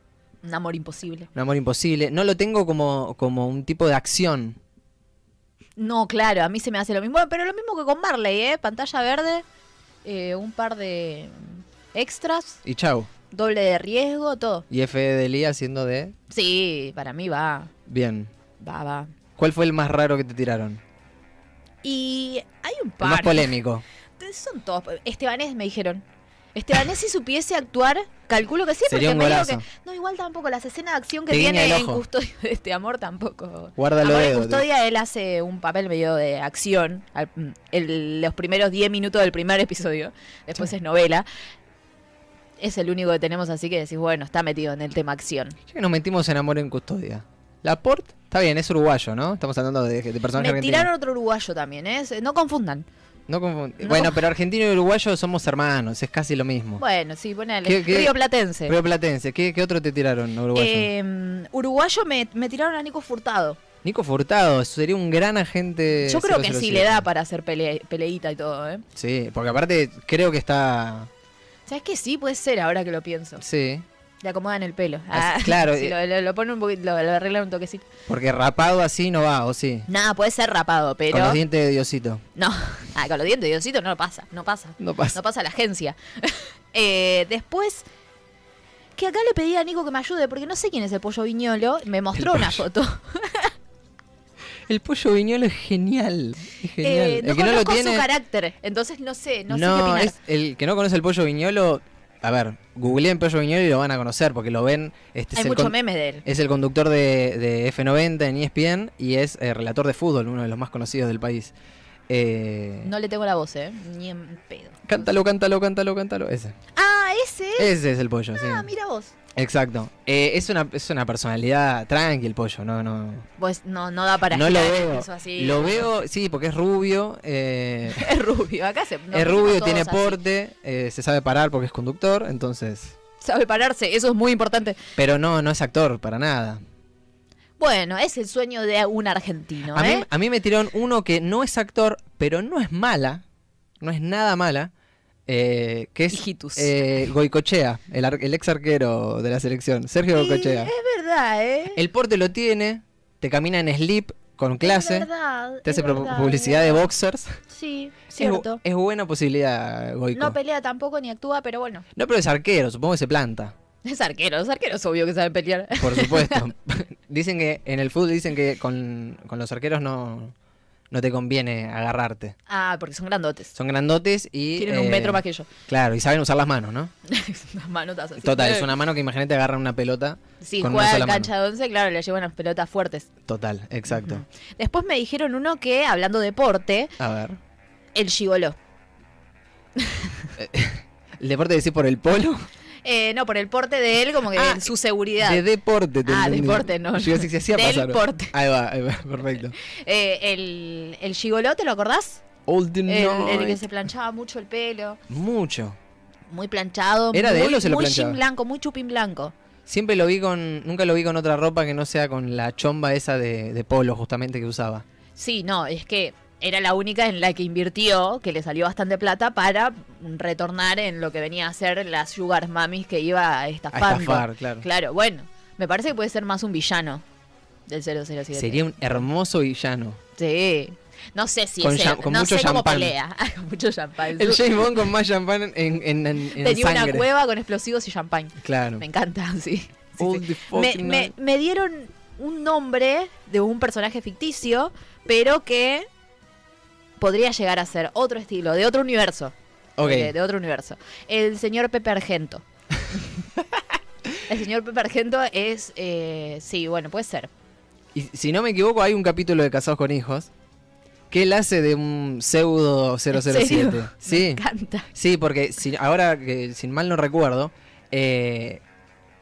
Speaker 3: Un amor imposible.
Speaker 2: un amor imposible. No lo tengo como, como un tipo de acción.
Speaker 3: No, claro, a mí se me hace lo mismo. Pero lo mismo que con Marley, ¿eh? Pantalla verde, eh, un par de extras,
Speaker 2: Y chau.
Speaker 3: doble de riesgo, todo.
Speaker 2: Y F. Delía siendo de...
Speaker 3: Sí, para mí va.
Speaker 2: Bien.
Speaker 3: Va, va.
Speaker 2: ¿Cuál fue el más raro que te tiraron?
Speaker 3: Y hay un
Speaker 2: El
Speaker 3: par.
Speaker 2: más polémico.
Speaker 3: Son todos. Estebanés me dijeron. Estebanés si supiese actuar, calculo que sí,
Speaker 2: Sería
Speaker 3: porque
Speaker 2: un
Speaker 3: me dijo
Speaker 2: golazo.
Speaker 3: que. No, igual tampoco. Las escenas de acción que
Speaker 2: Te guiña
Speaker 3: tiene
Speaker 2: el
Speaker 3: en
Speaker 2: ojo.
Speaker 3: Custodio de este amor tampoco.
Speaker 2: Guárdalo
Speaker 3: amor
Speaker 2: dedo,
Speaker 3: en Custodia él hace un papel medio de acción. al- mm, el- los primeros 10 minutos del primer episodio. Después es novela. Es el único que tenemos así que decís, bueno, está metido en el tema acción.
Speaker 2: Ya que nos metimos en Amor en Custodia. Laporte, está bien, es uruguayo, ¿no? Estamos hablando de, de personajes
Speaker 3: Me
Speaker 2: argentinos.
Speaker 3: tiraron otro uruguayo también, ¿eh? Se- No confundan.
Speaker 2: No confund-
Speaker 3: No.
Speaker 2: Bueno, pero argentino y uruguayo somos hermanos, es casi lo mismo.
Speaker 3: Bueno, sí, ponele.
Speaker 2: ¿Qué- qué-
Speaker 3: Río Platense.
Speaker 2: Pero Platense, ¿qué, qué otro te tiraron uruguayo?
Speaker 3: Eh, uruguayo me, me tiraron a Nico Furtado.
Speaker 2: Nico Furtado, sería un gran agente.
Speaker 3: Yo creo que sí
Speaker 2: 007.
Speaker 3: le da para hacer pele- peleita y todo, ¿eh?
Speaker 2: Sí, porque aparte creo que está.
Speaker 3: ¿Sabes que sí? Puede ser ahora que lo pienso.
Speaker 2: Sí,
Speaker 3: Le acomodan el pelo.
Speaker 2: Ah, claro,
Speaker 3: sí,
Speaker 2: eh.
Speaker 3: lo, lo- lo ponen un poquito, lo, lo arreglan un toquecito.
Speaker 2: porque rapado así no va, o sí.
Speaker 3: Nada, puede ser rapado, pero.
Speaker 2: Con los dientes de Diosito.
Speaker 3: No, ah, con los dientes, de Diosito, no pasa, no pasa.
Speaker 2: No pasa.
Speaker 3: No pasa la agencia. Eh, después. Que acá le pedí a Nico que me ayude, porque no sé quién es el pollo viñolo. Me mostró una foto.
Speaker 2: El pollo viñolo es genial. Es genial.
Speaker 3: Eh,
Speaker 2: el
Speaker 3: no
Speaker 2: que no lo
Speaker 3: conozco
Speaker 2: tiene.
Speaker 3: su carácter, entonces no sé, no,
Speaker 2: No,
Speaker 3: sé qué opinar.
Speaker 2: es el que no conoce el pollo viñolo. A ver, googleen pollo viñolo y lo van a conocer porque lo ven. Este
Speaker 3: Hay
Speaker 2: es, el
Speaker 3: mucho
Speaker 2: con-
Speaker 3: meme de él.
Speaker 2: es el conductor de, de F90 en E ESPN y es eh, relator de fútbol, uno de los más conocidos del país. Eh,
Speaker 3: No le tengo la voz, ¿eh? Ni en pedo.
Speaker 2: Cántalo, cántalo, cántalo, cántalo. Ese.
Speaker 3: Ah, ese es.
Speaker 2: Ese es el pollo, sí.
Speaker 3: Ah, mira vos.
Speaker 2: Exacto. Eh, es, una, es una personalidad tranqui el pollo, no, no.
Speaker 3: Pues no, no da para
Speaker 2: no lo
Speaker 3: girar
Speaker 2: veo.
Speaker 3: eso así.
Speaker 2: Lo veo, sí, porque es rubio. eh,
Speaker 3: Es rubio, acá se. no,
Speaker 2: es rubio,
Speaker 3: todos
Speaker 2: tiene
Speaker 3: así.
Speaker 2: porte, eh, se sabe parar porque es conductor, entonces.
Speaker 3: Sabe pararse, eso es muy importante.
Speaker 2: Pero no, no es actor, para nada.
Speaker 3: Bueno, es el sueño de un argentino,
Speaker 2: A, mí,
Speaker 3: ¿eh?
Speaker 2: a mí me tiraron uno que no es actor, pero no es mala, no es nada mala, eh, que es
Speaker 3: Hijitus.
Speaker 2: eh, Goicochea, el, ar- el ex arquero de la selección, Sergio Goicochea.
Speaker 3: Es verdad, ¿eh?
Speaker 2: El porte lo tiene, te camina en slip con clase,
Speaker 3: verdad,
Speaker 2: te
Speaker 3: es
Speaker 2: hace pro-
Speaker 3: verdad,
Speaker 2: publicidad de boxers.
Speaker 3: Sí,
Speaker 2: Es, bu-
Speaker 3: cierto.
Speaker 2: es buena posibilidad, Goico.
Speaker 3: No pelea tampoco ni actúa, pero bueno.
Speaker 2: No, pero es arquero, supongo que se planta,
Speaker 3: Es arquero, es arquero, es obvio que sabe pelear.
Speaker 2: por supuesto. dicen que en el fútbol dicen que con, con los arqueros no, no te conviene agarrarte.
Speaker 3: Ah, porque son grandotes.
Speaker 2: Son grandotes y...
Speaker 3: Tienen un
Speaker 2: eh,
Speaker 3: metro más que yo.
Speaker 2: Claro, y saben usar las manos, ¿no?
Speaker 3: Unas manotas así.
Speaker 2: Total, es una mano que imagínate agarran una pelota
Speaker 3: Sí,
Speaker 2: con
Speaker 3: juega
Speaker 2: una
Speaker 3: en
Speaker 2: sola
Speaker 3: cancha
Speaker 2: mano.
Speaker 3: de once, claro, le llevan las pelotas fuertes.
Speaker 2: Total, exacto.
Speaker 3: Después me dijeron uno que, hablando de deporte,
Speaker 2: A ver.
Speaker 3: el gigoló.
Speaker 2: ¿El deporte decís por el polo?
Speaker 3: Eh, no, por el porte de él, como que
Speaker 2: Ah,
Speaker 3: en su seguridad.
Speaker 2: De deporte, te
Speaker 3: Ah,
Speaker 2: entendí.
Speaker 3: deporte, no,
Speaker 2: Yo
Speaker 3: no.
Speaker 2: sí se hacía
Speaker 3: Del
Speaker 2: pasar.
Speaker 3: porte.
Speaker 2: Ahí va, ahí va, perfecto.
Speaker 3: Eh, el, el gigoló, ¿te lo acordás?
Speaker 2: Old
Speaker 3: El, el que
Speaker 2: Night.
Speaker 3: se planchaba mucho el pelo.
Speaker 2: Mucho.
Speaker 3: Muy planchado.
Speaker 2: ¿Era de
Speaker 3: muy-
Speaker 2: él o se lo
Speaker 3: Muy
Speaker 2: planchaba?
Speaker 3: chin blanco, muy chupín blanco.
Speaker 2: Siempre lo vi con. Nunca lo vi con otra ropa que no sea con la chomba esa de, de polo, justamente que usaba.
Speaker 3: Sí, no, es que era la única en la que invirtió, que le salió bastante plata para retornar en lo que venía a ser las Sugar Mamis que iba a estafar.
Speaker 2: estafar, claro.
Speaker 3: Claro, bueno, me parece que puede ser más un villano del 007.
Speaker 2: Sería un hermoso villano.
Speaker 3: Sí. No sé si
Speaker 2: Con
Speaker 3: es
Speaker 2: cham-
Speaker 3: él,
Speaker 2: con
Speaker 3: no
Speaker 2: mucho
Speaker 3: sé cómo
Speaker 2: champán.
Speaker 3: pelea. con mucho champán.
Speaker 2: El James Bond con más champán en, en, en- en
Speaker 3: Tenía una
Speaker 2: sangre.
Speaker 3: cueva con explosivos y champán.
Speaker 2: Claro.
Speaker 3: Me encanta, sí. Sí,
Speaker 2: All
Speaker 3: sí.
Speaker 2: the
Speaker 3: Me,
Speaker 2: fucking
Speaker 3: me-
Speaker 2: night.
Speaker 3: me dieron un nombre de un personaje ficticio, pero que podría llegar a ser otro estilo, de otro universo. Eh,
Speaker 2: Ok.
Speaker 3: De, de otro universo. El señor Pepe Argento. El señor Pepe Argento es. eh, sí, bueno, puede ser.
Speaker 2: Y si no me equivoco, hay un capítulo de Casados con Hijos que él hace de un pseudo
Speaker 3: ¿En serio?
Speaker 2: 007.
Speaker 3: Me
Speaker 2: Sí.
Speaker 3: encanta.
Speaker 2: Sí, porque si- ahora que sin mal no recuerdo, eh,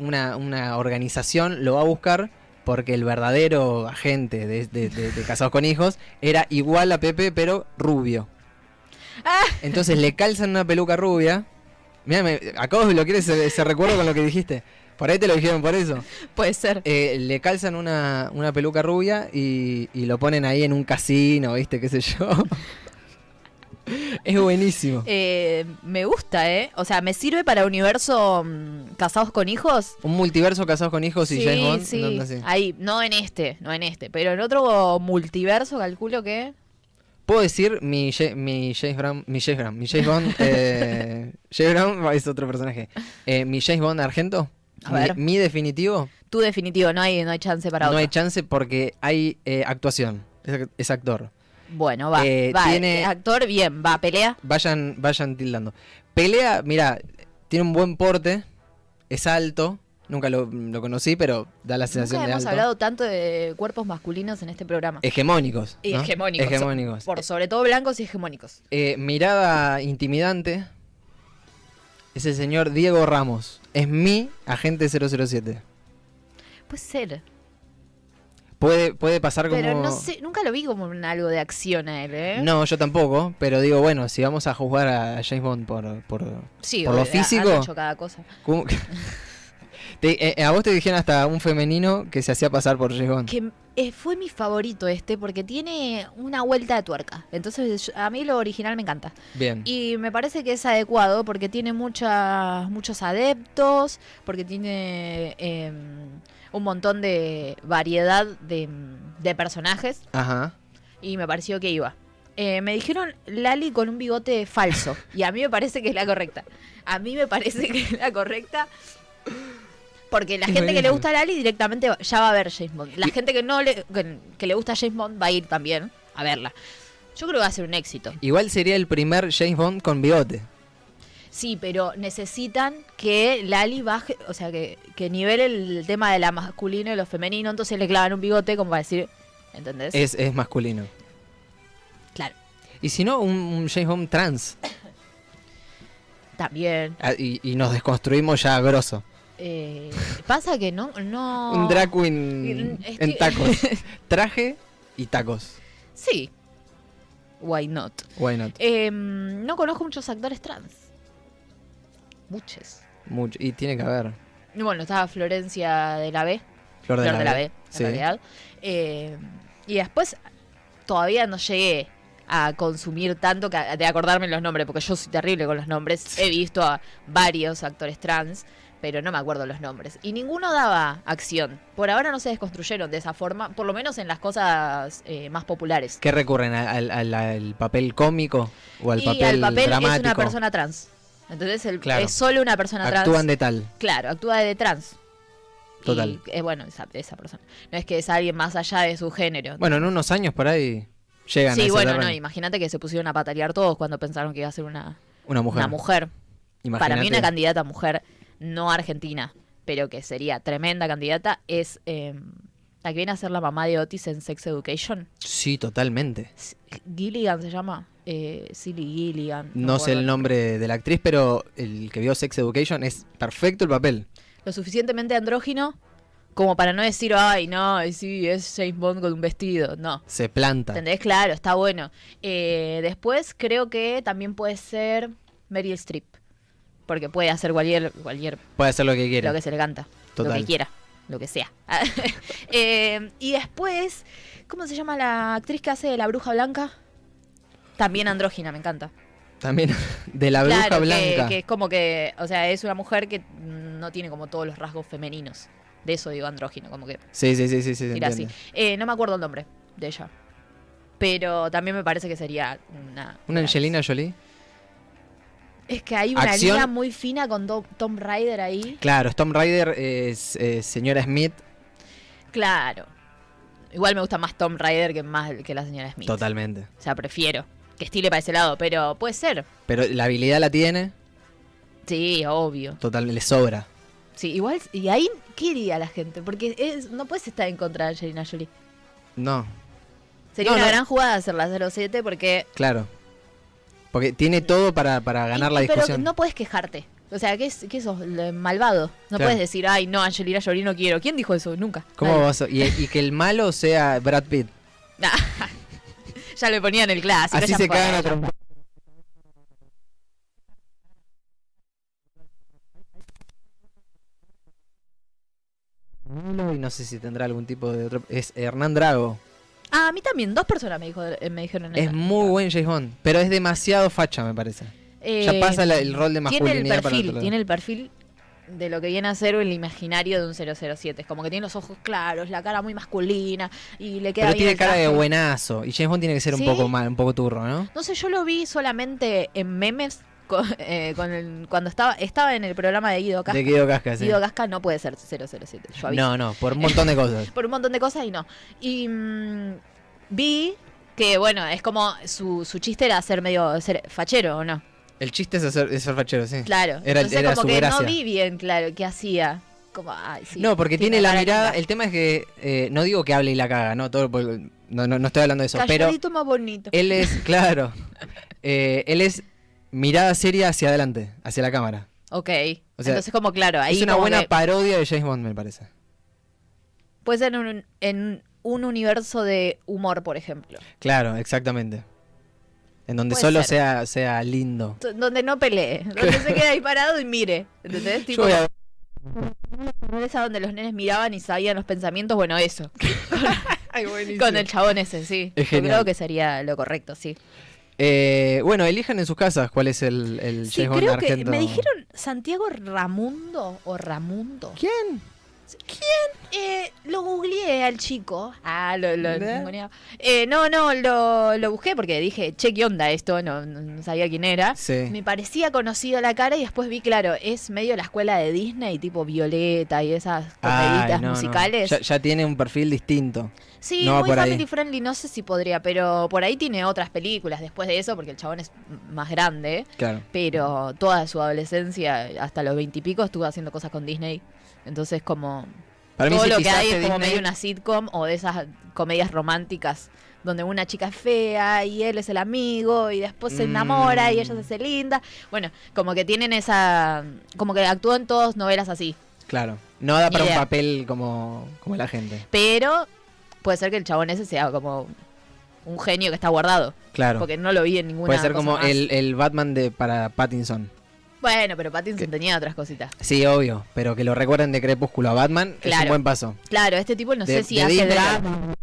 Speaker 2: una, una organización lo va a buscar porque el verdadero agente de, de- de- de Casados con Hijos era igual a Pepe, pero rubio. Entonces le calzan una peluca rubia. Mira, acabo de bloquear ese, ese recuerdo con lo que dijiste. Por ahí te lo dijeron por eso.
Speaker 3: Puede ser.
Speaker 2: Eh, le calzan una, una peluca rubia y, y lo ponen ahí en un casino, ¿viste? ¿Qué sé yo? es buenísimo.
Speaker 3: Eh, me gusta, ¿eh? O sea, me sirve para universo mm, casados con hijos.
Speaker 2: Un multiverso casados con hijos y James Bond.
Speaker 3: sí.
Speaker 2: una onda así.
Speaker 3: Ahí, no en este, no en este, pero en otro multiverso calculo que
Speaker 2: Puedo decir mi, Ja- mi James Brown, mi James Brown, mi James Bond, eh, James Brown es otro personaje. Eh, mi James Bond argento,
Speaker 3: A
Speaker 2: mi,
Speaker 3: ver.
Speaker 2: mi definitivo,
Speaker 3: tú definitivo, no hay, no hay chance para
Speaker 2: no
Speaker 3: otro.
Speaker 2: hay chance porque hay eh, actuación, es, ac- es actor.
Speaker 3: bueno, va,
Speaker 2: Eh,
Speaker 3: va,
Speaker 2: tiene-
Speaker 3: eh, actor, bien, va, pelea.
Speaker 2: Vayan, vayan tildando. Pelea, mira, tiene un buen porte, es alto, nunca lo, lo conocí, pero da la sensación
Speaker 3: Nunca
Speaker 2: de
Speaker 3: hemos
Speaker 2: alto.
Speaker 3: hablado tanto de cuerpos masculinos en este programa.
Speaker 2: Hegemónicos.
Speaker 3: Y
Speaker 2: ¿no?
Speaker 3: hegemónicos.
Speaker 2: Hegemónicos.
Speaker 3: Por sobre todo blancos y hegemónicos.
Speaker 2: Eh, mirada intimidante. Es el señor Diego Ramos. Es mi agente 007.
Speaker 3: Puede ser.
Speaker 2: Puede, puede pasar como.
Speaker 3: Pero no sé, nunca lo vi como un algo de acción a él, ¿eh?
Speaker 2: No, yo tampoco. Pero digo, bueno, si vamos a juzgar a James Bond por, por,
Speaker 3: Sí,
Speaker 2: por lo
Speaker 3: obvio, ha- han
Speaker 2: físico.
Speaker 3: hecho cada cosa.
Speaker 2: ¿cómo que- Te- eh, a vos te dijeron hasta un femenino que se hacía pasar por James Bond.
Speaker 3: que eh, fue mi favorito este porque tiene una vuelta de tuerca. Entonces yo- a mí lo original me encanta.
Speaker 2: Bien.
Speaker 3: Y me parece que es adecuado porque tiene muchas muchos adeptos, porque tiene eh, un montón de variedad de, de personajes
Speaker 2: Ajá.
Speaker 3: y me pareció que iba. Eh, me dijeron Lali con un bigote falso y a mí me parece que es la correcta. A mí me parece que es la correcta. Porque la gente que le
Speaker 2: Buenísimo.
Speaker 3: gusta a Lali directamente va- ya va a ver James Bond. La gente que no le, que, que le gusta a James Bond va a ir también a verla. Yo creo que va a ser un éxito.
Speaker 2: Igual sería el primer James Bond con bigote.
Speaker 3: Sí, pero necesitan que Lali baje, o sea, que, que nivele el tema de la masculino y lo femenino, entonces le clavan un bigote como para decir, ¿entendés?
Speaker 2: Es, es masculino.
Speaker 3: Claro,
Speaker 2: Y si no, un, un James Bond trans.
Speaker 3: también.
Speaker 2: Ah, Y, y nos desconstruimos ya grosso.
Speaker 3: Eh, pasa que no, no...
Speaker 2: Un drag queen
Speaker 3: Mm, estoy-
Speaker 2: en tacos. Traje y tacos.
Speaker 3: Sí. Why not?
Speaker 2: Why not?
Speaker 3: Em, no conozco muchos actores trans. Muchos.
Speaker 2: Mucho. Y tiene que haber.
Speaker 3: Y Bueno, estaba Florencia de la B.
Speaker 2: Flor de,
Speaker 3: Flor de la B, en
Speaker 2: Sí.
Speaker 3: realidad. Eh, y después todavía no llegué a consumir tanto que a- de acordarme los nombres, porque yo soy terrible con los nombres. He visto a varios actores trans, pero no me acuerdo los nombres. Y ninguno daba acción. Por ahora no se desconstruyeron de esa forma, por lo menos en las cosas eh, más populares.
Speaker 2: ¿Qué recurren? ¿Al, al- al papel cómico o al
Speaker 3: y
Speaker 2: papel,
Speaker 3: al papel es
Speaker 2: dramático?
Speaker 3: una persona trans. Entonces el-
Speaker 2: Claro.
Speaker 3: es solo una persona trans.
Speaker 2: Actúan de tal.
Speaker 3: Claro, actúa de trans.
Speaker 2: Total.
Speaker 3: Y, eh, bueno, esa, esa persona. No es que es alguien más allá de su género.
Speaker 2: Bueno, en unos años por ahí llegan a
Speaker 3: sí,
Speaker 2: ese
Speaker 3: bueno, no,
Speaker 2: terreno.
Speaker 3: imagínate que se pusieron a patalear todos cuando pensaron que iba a ser una
Speaker 2: Una mujer.
Speaker 3: una mujer.
Speaker 2: Imagínate.
Speaker 3: Para mí una candidata mujer no argentina, pero que sería tremenda candidata, es eh, la que viene a ser la mamá de Otis en Sex Education.
Speaker 2: Sí, totalmente.
Speaker 3: S- Gilligan se llama. Eh, Silly Gilligan.
Speaker 2: No, sé el
Speaker 3: nombre.
Speaker 2: nombre de la actriz, pero el que vio Sex Education es perfecto el papel.
Speaker 3: lo suficientemente andrógino como para no decir, ay, no, y sí, es James Bond con un vestido. No.
Speaker 2: Se planta.
Speaker 3: ¿Entendés? Claro, está bueno. Eh, después creo que también puede ser Meryl Streep. Porque puede hacer cualquier, cualquier
Speaker 2: Puede hacer lo que quiera.
Speaker 3: lo que se le canta, lo
Speaker 2: Total.
Speaker 3: que quiera, lo que sea. Eh, y después, ¿cómo se llama la actriz que hace de la bruja blanca? También andrógina, me encanta.
Speaker 2: También de la bruja
Speaker 3: claro, que-
Speaker 2: blanca.
Speaker 3: Que, es como que, o sea, es una mujer que no tiene como todos los rasgos femeninos. De eso digo andrógino, como que
Speaker 2: Sí, sí, sí, sí, sí. se
Speaker 3: Era así.
Speaker 2: entiende.
Speaker 3: Eh, no me acuerdo el nombre de ella. Pero también me parece que sería una.
Speaker 2: Una Angelina Jolie.
Speaker 3: Es que hay una
Speaker 2: Acción.
Speaker 3: línea muy fina con Do- Tom Rider ahí.
Speaker 2: Claro, Storm Rider es eh, señora Smith.
Speaker 3: Claro. Igual me gusta más Tom Rider que más que la señora Smith.
Speaker 2: Totalmente.
Speaker 3: O sea, prefiero que estile para ese lado, pero puede ser.
Speaker 2: Pero la habilidad la tiene,
Speaker 3: Sí, obvio.
Speaker 2: total, le sobra.
Speaker 3: Sí, igual. Y ahí, ¿qué diría la gente? Porque es- no puedes estar en contra de Angelina Jolie.
Speaker 2: No,
Speaker 3: Sería
Speaker 2: No,
Speaker 3: una
Speaker 2: no.
Speaker 3: gran jugada hacer la 07 porque.
Speaker 2: claro. Porque tiene todo para, para ganar la
Speaker 3: y- pero
Speaker 2: discusión.
Speaker 3: no puedes quejarte. O sea, ¿qué, es, qué sos? Le- Malvado. No
Speaker 2: Claro.
Speaker 3: puedes decir, ay, no, Angelina Jolie no quiero. ¿Quién dijo eso? Nunca.
Speaker 2: ¿Cómo
Speaker 3: Nadie.
Speaker 2: vas a- y, y que el malo sea Brad Pitt.
Speaker 3: ya le ponían el clásico.
Speaker 2: Así
Speaker 3: ya
Speaker 2: se
Speaker 3: fue.
Speaker 2: cagan a trompa- Y no sé si tendrá algún tipo de otro. Es Hernán Drago.
Speaker 3: Ah, a mí también, dos personas me, dijo, eh, me dijeron
Speaker 2: Es muy buen James Bond, pero es demasiado facha, me parece.
Speaker 3: Eh,
Speaker 2: ya pasa la- el rol de
Speaker 3: Tiene el
Speaker 2: masculinidad para el
Speaker 3: perfil,
Speaker 2: otro lado.
Speaker 3: tiene el perfil de lo que viene a ser el imaginario de un 007. Es como que tiene los ojos claros, la cara muy masculina y le
Speaker 2: Pero
Speaker 3: queda bien
Speaker 2: tiene
Speaker 3: el
Speaker 2: cara de
Speaker 3: traje.
Speaker 2: buenazo. Y James Bond tiene que ser
Speaker 3: ¿Sí?
Speaker 2: un poco mal, un poco turro, ¿no?
Speaker 3: No sé, yo lo vi solamente en memes con, eh, con el- cuando estaba estaba en el programa de Guido Casca.
Speaker 2: De Guido Casca, sí.
Speaker 3: Guido Casca no puede ser 007. Yo aviso.
Speaker 2: No, no, por un montón de cosas.
Speaker 3: por un montón de cosas y no. Y mm, vi que, bueno, es como su, su chiste era ser medio ser fachero, ¿o no?
Speaker 2: El chiste es hacer, es ser fachero, sí.
Speaker 3: Claro.
Speaker 2: Era-
Speaker 3: Entonces,
Speaker 2: era
Speaker 3: como
Speaker 2: su
Speaker 3: que
Speaker 2: gracia.
Speaker 3: no vi bien, claro, qué hacía. Como, ay, sí,
Speaker 2: no, porque tiene la
Speaker 3: cara
Speaker 2: mirada.
Speaker 3: linda.
Speaker 2: El tema es que eh, no digo que hable y la caga, no, todo por- no, no, no estoy hablando de eso, pero
Speaker 3: Calladito más bonito.
Speaker 2: él es, claro, eh, él es mirada seria hacia adelante, hacia la cámara.
Speaker 3: ok.
Speaker 2: O sea,
Speaker 3: Entonces, como claro, ahí
Speaker 2: es una
Speaker 3: como
Speaker 2: buena
Speaker 3: que
Speaker 2: parodia de James Bond, me parece.
Speaker 3: puede ser en un, en un universo de humor, por ejemplo.
Speaker 2: Claro, exactamente. En donde
Speaker 3: Puede
Speaker 2: solo
Speaker 3: ser.
Speaker 2: sea, sea lindo.
Speaker 3: T- Donde no pelee, donde se queda ahí parado y mire. ¿Entendés?
Speaker 2: Yo
Speaker 3: Tipo,
Speaker 2: voy a-
Speaker 3: esa donde los nenes miraban y sabían los pensamientos, bueno, eso. Con el chabón ese, sí.
Speaker 2: Es
Speaker 3: Yo
Speaker 2: genial.
Speaker 3: creo que sería lo correcto, sí.
Speaker 2: Eh, bueno, elijan en sus casas cuál es el, el
Speaker 3: Sí,
Speaker 2: James Bond
Speaker 3: creo que
Speaker 2: argento.
Speaker 3: me dijeron Santiago Ramundo o Ramundo.
Speaker 2: ¿Quién?
Speaker 3: Eh, lo googleé al chico. Ah, lo, lo-
Speaker 2: ¿Verdad?
Speaker 3: ninguneaba. Eh, no, no, lo, lo busqué porque dije, che, ¿qué onda esto? No, no- no sabía quién era.
Speaker 2: Sí.
Speaker 3: Me parecía conocido la cara y después vi, claro, es medio la escuela de Disney, tipo Violeta y esas
Speaker 2: Ay,
Speaker 3: comeditas
Speaker 2: no, no.
Speaker 3: musicales.
Speaker 2: Ya, ya tiene un perfil distinto.
Speaker 3: Sí,
Speaker 2: No,
Speaker 3: muy
Speaker 2: por ahí.
Speaker 3: family friendly, no sé si podría, pero por ahí tiene otras películas después de eso, porque el chabón es m- más grande,
Speaker 2: Claro.
Speaker 3: pero toda su adolescencia, hasta los veintipico, estuvo haciendo cosas con Disney. Entonces, como
Speaker 2: Para mí,
Speaker 3: todo
Speaker 2: si
Speaker 3: lo que
Speaker 2: quizás
Speaker 3: hay es
Speaker 2: te
Speaker 3: como
Speaker 2: Disney-
Speaker 3: medio una sitcom o de esas comedias románticas donde una chica es fea y él es el amigo y después se enamora y ella
Speaker 2: Mm.
Speaker 3: se hace linda. Bueno, como que tienen esa... como que actúan todos novelas así.
Speaker 2: Claro. No da
Speaker 3: Ni
Speaker 2: para un
Speaker 3: idea.
Speaker 2: papel como, como la gente.
Speaker 3: Pero puede ser que el chabón ese sea como un genio que está guardado.
Speaker 2: Claro.
Speaker 3: Porque no lo vi en ninguna
Speaker 2: Puede ser
Speaker 3: cosa
Speaker 2: como
Speaker 3: más.
Speaker 2: el, el Batman de para Pattinson.
Speaker 3: Bueno, pero Pattinson tenía otras cositas.
Speaker 2: Sí, obvio. Pero que lo recuerden de Crepúsculo a Batman es un
Speaker 3: Claro.
Speaker 2: buen paso.
Speaker 3: Claro, este tipo no
Speaker 2: De-
Speaker 3: sé si
Speaker 2: de
Speaker 3: hace
Speaker 2: Disney.
Speaker 3: drama.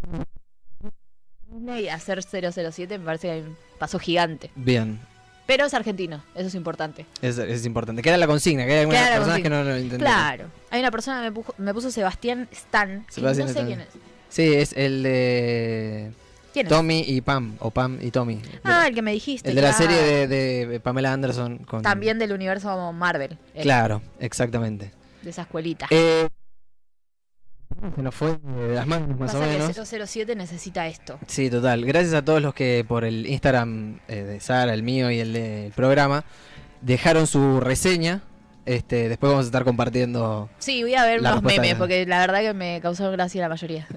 Speaker 3: Disney hacer 007 me parece que hay un paso gigante.
Speaker 2: Bien.
Speaker 3: Pero es argentino, eso es importante.
Speaker 2: Es, es importante. Queda la consigna. Que hay algunas
Speaker 3: Queda la
Speaker 2: personas que
Speaker 3: consigna.
Speaker 2: no lo entendieron.
Speaker 3: Claro. Hay una persona que me pujo- me puso, Sebastián Stan. que
Speaker 2: Sebastián
Speaker 3: no sé
Speaker 2: Stan.
Speaker 3: quién es.
Speaker 2: Sí, es el de
Speaker 3: ¿Quién es?
Speaker 2: Tommy y Pam. O Pam y Tommy.
Speaker 3: Ah, el que me dijiste.
Speaker 2: el de la
Speaker 3: claro.
Speaker 2: serie de, de Pamela Anderson. Con...
Speaker 3: También del universo Marvel. eh,
Speaker 2: Claro, exactamente.
Speaker 3: De esa escuelita.
Speaker 2: Eh, se nos fue de las manos, más o
Speaker 3: Pasa que
Speaker 2: menos.
Speaker 3: el 007 necesita esto.
Speaker 2: Sí, total. Gracias a todos los que por el Instagram eh, de Sara, el mío y el del programa, dejaron su reseña. Este, después vamos a estar compartiendo.
Speaker 3: Sí, voy a ver
Speaker 2: La
Speaker 3: unos
Speaker 2: respuesta
Speaker 3: memes,
Speaker 2: de-
Speaker 3: porque la verdad que me causó gracia la mayoría.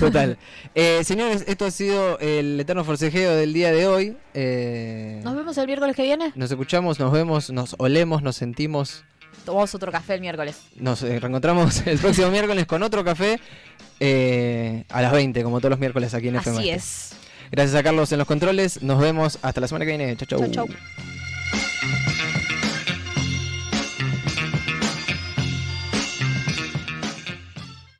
Speaker 2: Total. Eh, señores, esto ha sido el eterno forcejeo del día de hoy. Eh,
Speaker 3: Nos vemos el miércoles que viene.
Speaker 2: nos escuchamos, nos vemos, nos olemos, nos sentimos.
Speaker 3: Tomamos otro café el miércoles.
Speaker 2: Nos eh, reencontramos el próximo miércoles con otro café eh, a las 20, como todos los miércoles aquí en FM.
Speaker 3: Así es.
Speaker 2: Gracias a Carlos en los controles. Nos vemos hasta la semana que viene. Chau, chau.
Speaker 3: Chau, chau.